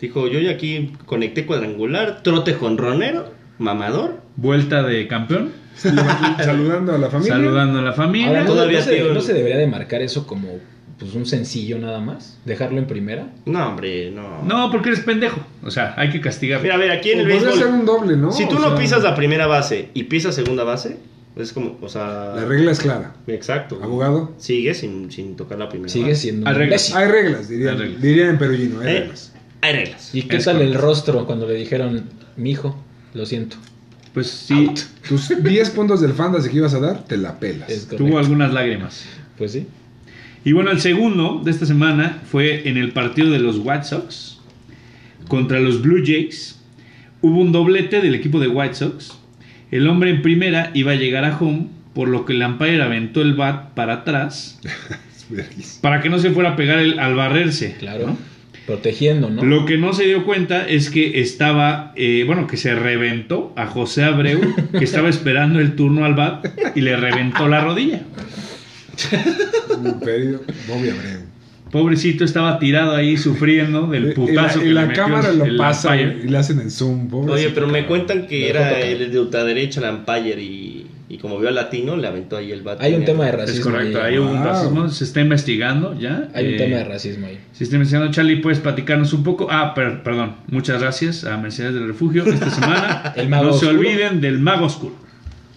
[SPEAKER 2] Dijo, yo ya aquí conecté cuadrangular, trote jonronero, mamador.
[SPEAKER 3] Vuelta de campeón,
[SPEAKER 1] Saludando a la familia. Pues,
[SPEAKER 3] saludando a la
[SPEAKER 4] Ahora,
[SPEAKER 3] familia.
[SPEAKER 4] ¿no,
[SPEAKER 2] Todavía
[SPEAKER 4] no se,
[SPEAKER 2] tiene-
[SPEAKER 4] no se debería de marcar eso como pues, un sencillo nada más? ¿Dejarlo en primera?
[SPEAKER 2] No, hombre, no.
[SPEAKER 3] No, porque eres pendejo. O sea, hay que castigar.
[SPEAKER 2] Mira, a ver, aquí en el
[SPEAKER 1] Podría
[SPEAKER 2] béisbol.
[SPEAKER 1] Pues ser un doble, ¿no?
[SPEAKER 2] Si tú
[SPEAKER 1] O
[SPEAKER 2] no
[SPEAKER 1] sea,
[SPEAKER 2] pisas la primera base y pisas segunda base, pues es como, o sea.
[SPEAKER 1] La regla Ah, es clara.
[SPEAKER 2] Exacto.
[SPEAKER 1] Abogado.
[SPEAKER 2] Sigue sin, sin tocar la primera
[SPEAKER 4] Sigue
[SPEAKER 2] base.
[SPEAKER 4] siendo
[SPEAKER 3] Al
[SPEAKER 4] un
[SPEAKER 3] regreso.
[SPEAKER 4] imbécil.
[SPEAKER 1] Hay reglas, dirían,
[SPEAKER 3] Hay reglas.
[SPEAKER 1] dirían en perullino. Hay
[SPEAKER 2] ¿Eh?
[SPEAKER 1] reglas.
[SPEAKER 2] Hay reglas.
[SPEAKER 4] ¿Y qué
[SPEAKER 3] Es
[SPEAKER 4] tal el
[SPEAKER 3] correcto.
[SPEAKER 4] rostro cuando le dijeron, mijo, lo siento?
[SPEAKER 3] Pues sí,
[SPEAKER 1] Tus 10 puntos del fantasy que ibas a dar, te la pelas.
[SPEAKER 4] Es correcto.
[SPEAKER 3] tuvo algunas lágrimas.
[SPEAKER 4] Pues sí.
[SPEAKER 3] Y bueno, el segundo de esta semana fue en el partido de los White Sox contra los Blue Jays. Hubo un doblete del equipo de White Sox. El hombre en primera iba a llegar a home, por lo que el umpire aventó el bat para atrás
[SPEAKER 1] Es verguísima.
[SPEAKER 3] para que no se fuera a pegar el- al barrerse.
[SPEAKER 4] Claro.
[SPEAKER 3] ¿no?
[SPEAKER 4] Protegiendo, ¿no?
[SPEAKER 3] Lo que no se dio cuenta es que estaba, eh, bueno, que se reventó a José Abreu, que estaba esperando el turno al bat y le reventó la rodilla.
[SPEAKER 1] Un pedido. Bobby Abreu.
[SPEAKER 3] Pobrecito estaba tirado ahí sufriendo del
[SPEAKER 1] Y la,
[SPEAKER 3] putazo
[SPEAKER 1] y
[SPEAKER 3] que
[SPEAKER 1] la
[SPEAKER 3] le metió
[SPEAKER 1] cámara
[SPEAKER 3] el-
[SPEAKER 1] lo
[SPEAKER 3] el
[SPEAKER 1] pasa
[SPEAKER 3] umpire.
[SPEAKER 1] güey, y le hacen en zoom. Pobre
[SPEAKER 2] Oye, pero me cuentan que
[SPEAKER 4] Me
[SPEAKER 2] era
[SPEAKER 4] dejó tocar.
[SPEAKER 2] el de ultraderecha, el umpire, y, y como vio al latino, le aventó ahí el bate.
[SPEAKER 4] Hay un tema de racismo.
[SPEAKER 3] Es correcto,
[SPEAKER 4] ahí.
[SPEAKER 3] ahí hubo un
[SPEAKER 1] Wow.
[SPEAKER 3] racismo, se está investigando ya.
[SPEAKER 4] Hay un
[SPEAKER 3] Eh,
[SPEAKER 4] tema de racismo ahí.
[SPEAKER 3] Se está investigando, Charlie, ¿puedes platicarnos un poco? Ah, per- perdón, muchas gracias a Mercedes del Refugio esta semana.
[SPEAKER 4] El mago
[SPEAKER 3] no
[SPEAKER 4] oscuro.
[SPEAKER 3] se olviden del Mago Oscuro.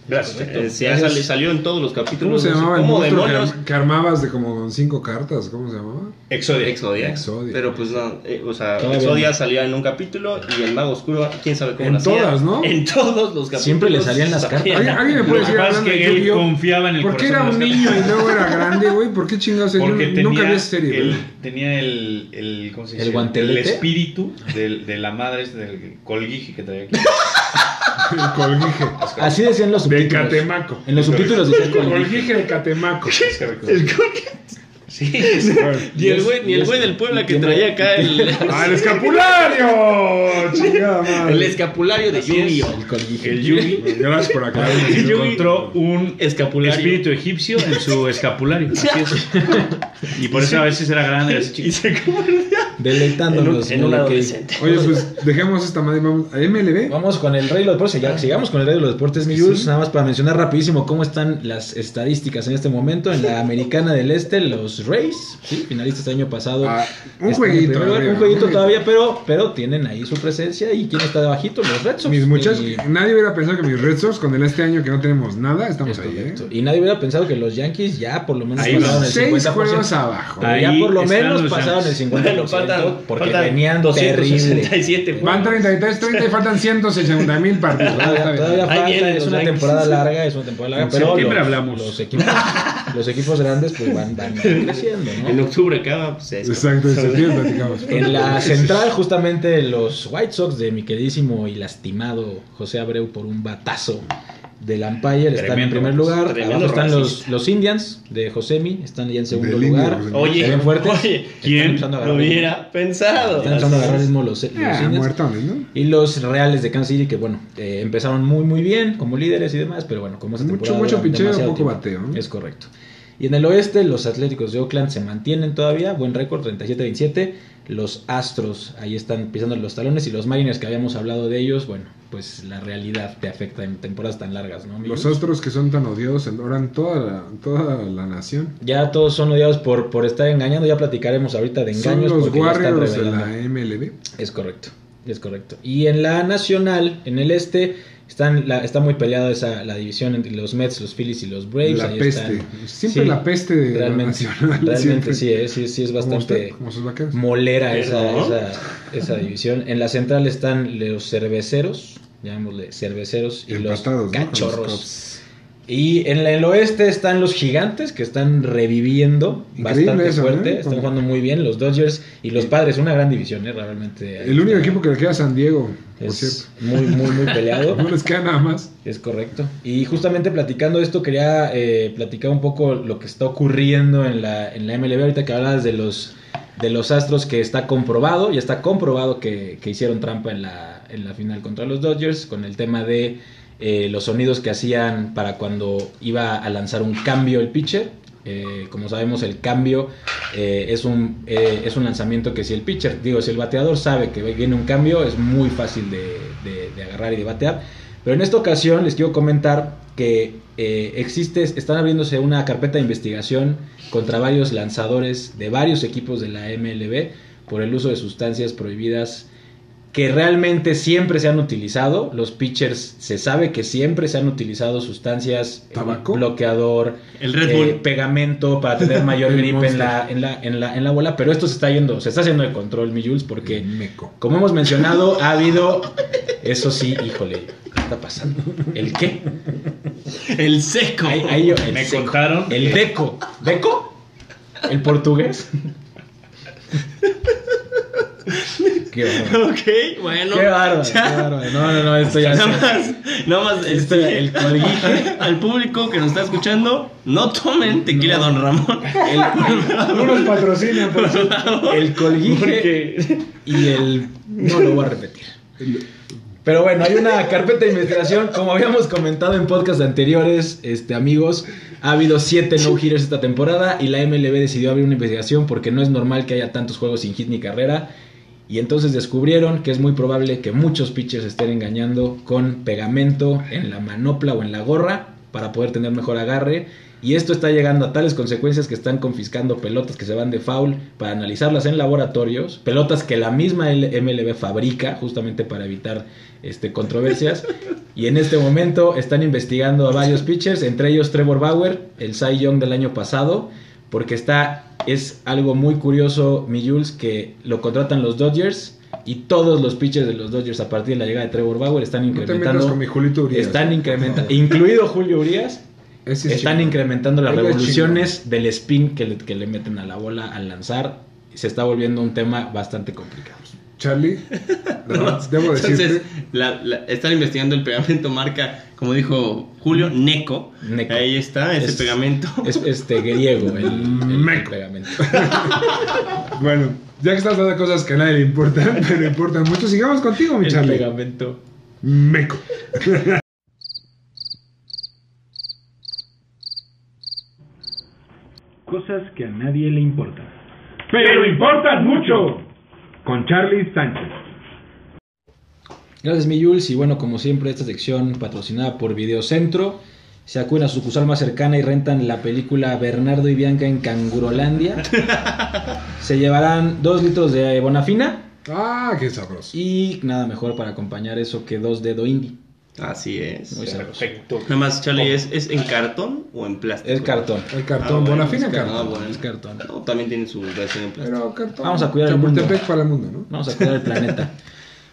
[SPEAKER 2] Eh, sí,
[SPEAKER 4] Gracias.
[SPEAKER 2] sali- salió en todos los capítulos.
[SPEAKER 1] ¿Cómo se
[SPEAKER 2] no sé
[SPEAKER 1] llamaba el
[SPEAKER 2] cómo
[SPEAKER 1] monstruo que,
[SPEAKER 2] demonios?
[SPEAKER 1] arm- que armabas de como cinco cartas? ¿Cómo se llamaba?
[SPEAKER 3] Exodia.
[SPEAKER 2] Exodia.
[SPEAKER 1] Exodia.
[SPEAKER 2] Pero pues no, eh, o sea,
[SPEAKER 4] Todavía
[SPEAKER 2] Exodia
[SPEAKER 4] no.
[SPEAKER 2] salía en un capítulo y el Mago Oscuro, quién sabe cómo
[SPEAKER 1] En
[SPEAKER 2] lo hacía.
[SPEAKER 1] todas, ¿no?
[SPEAKER 2] En todos los capítulos.
[SPEAKER 4] Siempre le salían las
[SPEAKER 2] salía.
[SPEAKER 4] cartas.
[SPEAKER 1] ¿Alguien, alguien me puede
[SPEAKER 3] Lo que
[SPEAKER 1] decir
[SPEAKER 3] pasa es
[SPEAKER 1] hablando
[SPEAKER 3] que
[SPEAKER 1] de
[SPEAKER 3] él
[SPEAKER 1] Yu-Gi-Oh?
[SPEAKER 3] confiaba en el
[SPEAKER 1] ¿Por qué
[SPEAKER 3] corazón
[SPEAKER 1] era
[SPEAKER 3] de
[SPEAKER 1] un
[SPEAKER 3] las
[SPEAKER 1] niño y luego era grande, güey? ¿Por qué chingados? Yo
[SPEAKER 6] Porque tenía,
[SPEAKER 1] nunca este vi esa serie,
[SPEAKER 6] el,
[SPEAKER 1] güey.
[SPEAKER 6] tenía el, el, ¿cómo se
[SPEAKER 4] ¿El
[SPEAKER 6] dice?
[SPEAKER 4] guantelete?
[SPEAKER 6] El espíritu del- de la madre, este, del colguije que traía aquí.
[SPEAKER 1] El colguije.
[SPEAKER 4] Así decían los
[SPEAKER 1] De
[SPEAKER 4] subtítulos.
[SPEAKER 1] Catemaco.
[SPEAKER 4] En los subtítulos decían
[SPEAKER 1] El
[SPEAKER 4] colguije.
[SPEAKER 1] colguije de Catemaco.
[SPEAKER 6] Sí, sí.
[SPEAKER 2] Ni el güey, ni el güey del Puebla que traía acá el,
[SPEAKER 1] ¡Al ¡Ah, escapulario! ¡Chingada madre!
[SPEAKER 2] el escapulario de Yu-Gi-Oh!
[SPEAKER 4] El colguije.
[SPEAKER 3] El Yugi
[SPEAKER 1] Gracias por acá.
[SPEAKER 3] encontró un
[SPEAKER 2] Escapulario.
[SPEAKER 3] espíritu egipcio en su escapulario. Así es. Y por eso a veces era grande. era así chiquito.
[SPEAKER 2] Y se convirtió-
[SPEAKER 4] deleitándonos.
[SPEAKER 2] en
[SPEAKER 4] de
[SPEAKER 2] un
[SPEAKER 4] lo que-
[SPEAKER 2] adolescente.
[SPEAKER 1] Oye, pues dejemos esta madre y vamos a MLB.
[SPEAKER 4] Vamos con el rey de los deportes, ya, sigamos con el rey de los deportes, mi Jules, nada más para mencionar rapidísimo cómo están las estadísticas en este momento. En la americana del este, los Rays, ¿sí? finalistas del año pasado.
[SPEAKER 1] Ah, un
[SPEAKER 4] están en
[SPEAKER 1] jueguito
[SPEAKER 4] primer lugar,
[SPEAKER 1] arriba,
[SPEAKER 4] un jueguito
[SPEAKER 1] un
[SPEAKER 4] todavía, pero, pero tienen ahí su presencia. ¿Y quién está debajito? Los Red Sox.
[SPEAKER 1] Mis muchachos,
[SPEAKER 4] Y-
[SPEAKER 1] nadie hubiera pensado que mis Red Sox, con el este año que no tenemos nada, estamos
[SPEAKER 4] es
[SPEAKER 1] ahí, ¿eh?
[SPEAKER 4] correcto. Y nadie hubiera pensado que los Yankees ya por lo menos
[SPEAKER 3] Ahí
[SPEAKER 4] pasaron
[SPEAKER 3] van.
[SPEAKER 4] el
[SPEAKER 1] Seis
[SPEAKER 4] 50%.
[SPEAKER 1] juegos abajo.
[SPEAKER 4] Pero ya
[SPEAKER 3] Ahí
[SPEAKER 4] por lo
[SPEAKER 3] están
[SPEAKER 4] menos
[SPEAKER 3] los
[SPEAKER 4] pasaron el
[SPEAKER 3] Yankees.
[SPEAKER 4] 50%
[SPEAKER 2] Bueno, faltan,
[SPEAKER 4] porque
[SPEAKER 2] faltan
[SPEAKER 4] venían terrible.
[SPEAKER 2] 267
[SPEAKER 1] Van 33, 30 y faltan 160 mil partidos. Ah, está
[SPEAKER 4] Todavía,
[SPEAKER 1] bien.
[SPEAKER 4] todavía
[SPEAKER 2] Ahí
[SPEAKER 4] falta,
[SPEAKER 2] vienen
[SPEAKER 4] es
[SPEAKER 2] los
[SPEAKER 4] una
[SPEAKER 2] Yankees.
[SPEAKER 4] temporada larga, es una temporada larga,
[SPEAKER 3] En
[SPEAKER 4] pero
[SPEAKER 3] septiembre
[SPEAKER 4] los,
[SPEAKER 3] hablamos.
[SPEAKER 4] los equipos, los equipos grandes pues van, van creciendo,
[SPEAKER 2] En
[SPEAKER 4] ¿no?
[SPEAKER 2] octubre acaba, pues eso.
[SPEAKER 1] Exacto, eso sí, platicamos. Ah,
[SPEAKER 4] En la central, justamente los White Sox de mi queridísimo y lastimado José Abreu por un batazo del umpire están en
[SPEAKER 3] Tremendo
[SPEAKER 4] primer
[SPEAKER 3] racista,
[SPEAKER 4] lugar.
[SPEAKER 2] tremendo
[SPEAKER 4] Abajo están los,
[SPEAKER 2] racista.
[SPEAKER 4] los Indians de Josemi, están ya en segundo
[SPEAKER 1] Del
[SPEAKER 4] lugar.
[SPEAKER 1] Indio,
[SPEAKER 2] Oye,
[SPEAKER 4] Están fuertes.
[SPEAKER 2] oye,
[SPEAKER 4] Están
[SPEAKER 3] ¿quién
[SPEAKER 4] empezando a
[SPEAKER 2] Lo
[SPEAKER 4] agarrar ritmo.
[SPEAKER 2] hubiera pensado.
[SPEAKER 4] Están empezando a agarrar ritmo los, los
[SPEAKER 1] Ah,
[SPEAKER 4] Indians.
[SPEAKER 1] muertones, ¿no?
[SPEAKER 4] Y los Reales de Kansas City, que bueno, eh, empezaron muy muy bien como líderes y demás, pero bueno, como esa
[SPEAKER 1] Mucho,
[SPEAKER 4] temporada
[SPEAKER 1] mucho
[SPEAKER 4] dura
[SPEAKER 1] picheo,
[SPEAKER 4] demasiado
[SPEAKER 1] poco
[SPEAKER 4] tiempo.
[SPEAKER 1] bateo, ¿no?
[SPEAKER 4] Es correcto. Y en el oeste, los Atléticos de Oakland se mantienen todavía, buen récord, 37-27. Los Astros ahí están pisando los talones y los Mariners que habíamos hablado de ellos, bueno, pues la realidad te afecta en temporadas tan largas, ¿no? amigos?
[SPEAKER 1] Los otros que son tan odiosos oran toda la, toda la nación.
[SPEAKER 4] Ya todos son odiados por, por estar engañando, ya platicaremos ahorita de
[SPEAKER 1] Son
[SPEAKER 4] engaños.
[SPEAKER 1] los
[SPEAKER 4] porque ya están
[SPEAKER 1] Warriors de
[SPEAKER 4] revelando.
[SPEAKER 1] la MLB.
[SPEAKER 4] Es correcto, es correcto. Y en la nacional, en el este, están la- está muy peleada esa la división entre los Mets, los Phillies y los Braves.
[SPEAKER 1] La
[SPEAKER 4] Ahí
[SPEAKER 1] peste.
[SPEAKER 4] están.
[SPEAKER 1] Siempre
[SPEAKER 4] Sí,
[SPEAKER 1] la peste de
[SPEAKER 4] realmente,
[SPEAKER 1] la nacional.
[SPEAKER 4] Realmente
[SPEAKER 1] siempre.
[SPEAKER 4] sí, eh, sí, sí es
[SPEAKER 1] Como usted,
[SPEAKER 4] bastante
[SPEAKER 1] como sus vaqueros.
[SPEAKER 4] molera esa,
[SPEAKER 2] ¿No?
[SPEAKER 4] esa, esa división. En la central están los cerveceros, llamémosle cerveceros y
[SPEAKER 1] Empatados,
[SPEAKER 4] los
[SPEAKER 1] ¿no? Con los
[SPEAKER 4] cachorros.
[SPEAKER 1] Cubs.
[SPEAKER 4] y en la- el oeste están los gigantes que están reviviendo
[SPEAKER 1] Increíble
[SPEAKER 4] bastante
[SPEAKER 1] eso, ¿eh?
[SPEAKER 4] fuerte, están
[SPEAKER 1] Como-
[SPEAKER 4] jugando muy bien los Dodgers y los Padres, una gran división, eh, realmente. Este, ahí
[SPEAKER 1] El único
[SPEAKER 4] está.
[SPEAKER 1] equipo que le queda a San Diego, por
[SPEAKER 4] Es
[SPEAKER 1] cierto.
[SPEAKER 4] muy, muy, muy peleado.
[SPEAKER 1] No les queda nada más.
[SPEAKER 4] es correcto. Y justamente platicando esto, quería eh, platicar un poco lo que está ocurriendo en la, en la MLB. Ahorita que hablabas de los, de los Astros, que está comprobado, ya está comprobado que, que hicieron trampa en la, en la final contra los Dodgers con el tema de eh, los sonidos que hacían para cuando iba a lanzar un cambio el pitcher. Eh, como sabemos, el cambio eh, es, un, eh, es un lanzamiento que si el pitcher, digo, si el bateador sabe que viene un cambio, es muy fácil de, de- de agarrar y de batear. Pero en esta ocasión les quiero comentar que eh, existe, están abriéndose una carpeta de investigación contra varios lanzadores de varios equipos de la MLB por el uso de sustancias prohibidas que realmente siempre se han utilizado. Los pitchers se sabe que siempre se han utilizado sustancias, eh,
[SPEAKER 1] ¿Tabaco?
[SPEAKER 4] bloqueador,
[SPEAKER 3] El Red
[SPEAKER 4] eh,
[SPEAKER 3] Bull.
[SPEAKER 4] pegamento para tener mayor
[SPEAKER 1] El
[SPEAKER 4] grip en
[SPEAKER 1] Monster.
[SPEAKER 4] la, en, la, en, la, en la bola, pero esto se está yendo, se está haciendo de control, mi Jules, porque
[SPEAKER 1] Meco.
[SPEAKER 4] como hemos mencionado, ha habido, eso sí, híjole, ¿qué está pasando? ¿El qué?
[SPEAKER 2] El seco.
[SPEAKER 4] Eh, Ahí- ahí yo- el
[SPEAKER 3] Me
[SPEAKER 4] seco.
[SPEAKER 3] contaron.
[SPEAKER 4] El deco. ¿Deco? ¿El portugués? Qué bárbaro.
[SPEAKER 2] Ok, bueno.
[SPEAKER 4] Qué bárbaro,
[SPEAKER 2] Ya.
[SPEAKER 4] qué bárbaro. No, no, no, esto ya
[SPEAKER 2] Nada
[SPEAKER 4] se-
[SPEAKER 2] más, nada más,
[SPEAKER 4] Esto
[SPEAKER 2] este,
[SPEAKER 4] ya- el colguije.
[SPEAKER 2] al público que nos está escuchando, no tomen tequila Don Ramón.
[SPEAKER 1] Unos patrocinan, por cierto.
[SPEAKER 4] El colguije y el... No lo voy a repetir. Pero bueno, hay una carpeta de investigación, como habíamos comentado en podcasts anteriores, este amigos, ha habido siete no-hitters esta temporada y la MLB decidió abrir una investigación porque no es normal que haya tantos juegos sin hit ni carrera. Y entonces descubrieron que es muy probable que muchos pitchers estén engañando con pegamento en la manopla o en la gorra para poder tener mejor agarre. Y esto está llegando a tales consecuencias que están confiscando pelotas que se van de foul para analizarlas en laboratorios, pelotas que la misma L- MLB fabrica justamente para evitar este, controversias. Y en este momento están investigando a varios pitchers, entre ellos Trevor Bauer, el Cy Young del año pasado, porque está es algo muy curioso, mi Jules, que lo contratan los Dodgers y todos los pitchers de los Dodgers a partir de la llegada de Trevor Bauer están
[SPEAKER 1] No te metas
[SPEAKER 4] incrementando,
[SPEAKER 1] con mi Julito Urias.
[SPEAKER 4] están incrementando, incluido Julio Urias,
[SPEAKER 1] Ese es
[SPEAKER 4] están
[SPEAKER 1] chingón.
[SPEAKER 4] incrementando las
[SPEAKER 1] Él es
[SPEAKER 4] revoluciones del spin que le, que le meten a la bola al lanzar. Se está volviendo un tema bastante complicado.
[SPEAKER 1] Charlie, debo decirte.
[SPEAKER 2] Entonces, la- la- están investigando el pegamento marca, como dijo Julio, Neco.
[SPEAKER 4] Neco.
[SPEAKER 2] Ahí está, ese
[SPEAKER 4] Es-
[SPEAKER 2] pegamento.
[SPEAKER 4] Es este griego el, el
[SPEAKER 1] Meco.
[SPEAKER 4] pegamento.
[SPEAKER 1] bueno, ya que estás hablando de cosas que a nadie le importan, pero importan mucho, sigamos contigo, mi
[SPEAKER 4] El
[SPEAKER 1] Charlie.
[SPEAKER 4] pegamento.
[SPEAKER 1] Meco.
[SPEAKER 5] Pero importan mucho.
[SPEAKER 1] con Charlie Sánchez.
[SPEAKER 4] Gracias, mi Jules. Y bueno, como siempre, esta sección patrocinada por Videocentro. Se acuden a su sucursal más cercana y rentan la película Bernardo y Bianca en Cangurolandia. Se llevarán dos litros de Bonafina
[SPEAKER 1] Ah, qué sabroso.
[SPEAKER 4] y nada mejor para acompañar eso que dos dedo indie.
[SPEAKER 2] Así es.
[SPEAKER 4] Muy sabroso.
[SPEAKER 6] Perfecto.
[SPEAKER 2] Nada más, Charlie, ¿es, ¿es en cartón o en plástico?
[SPEAKER 4] Es cartón.
[SPEAKER 1] El
[SPEAKER 2] Ah,
[SPEAKER 1] cartón,
[SPEAKER 2] bueno,
[SPEAKER 1] Bonafina
[SPEAKER 2] es
[SPEAKER 1] cartón.
[SPEAKER 2] Ah, bueno.
[SPEAKER 4] Es cartón.
[SPEAKER 2] No, también tiene su versión en plástico.
[SPEAKER 1] Pero cartón.
[SPEAKER 4] Vamos a cuidar el
[SPEAKER 1] Chapultepec
[SPEAKER 4] mundo.
[SPEAKER 1] para el mundo, ¿no?
[SPEAKER 4] Vamos a cuidar el planeta.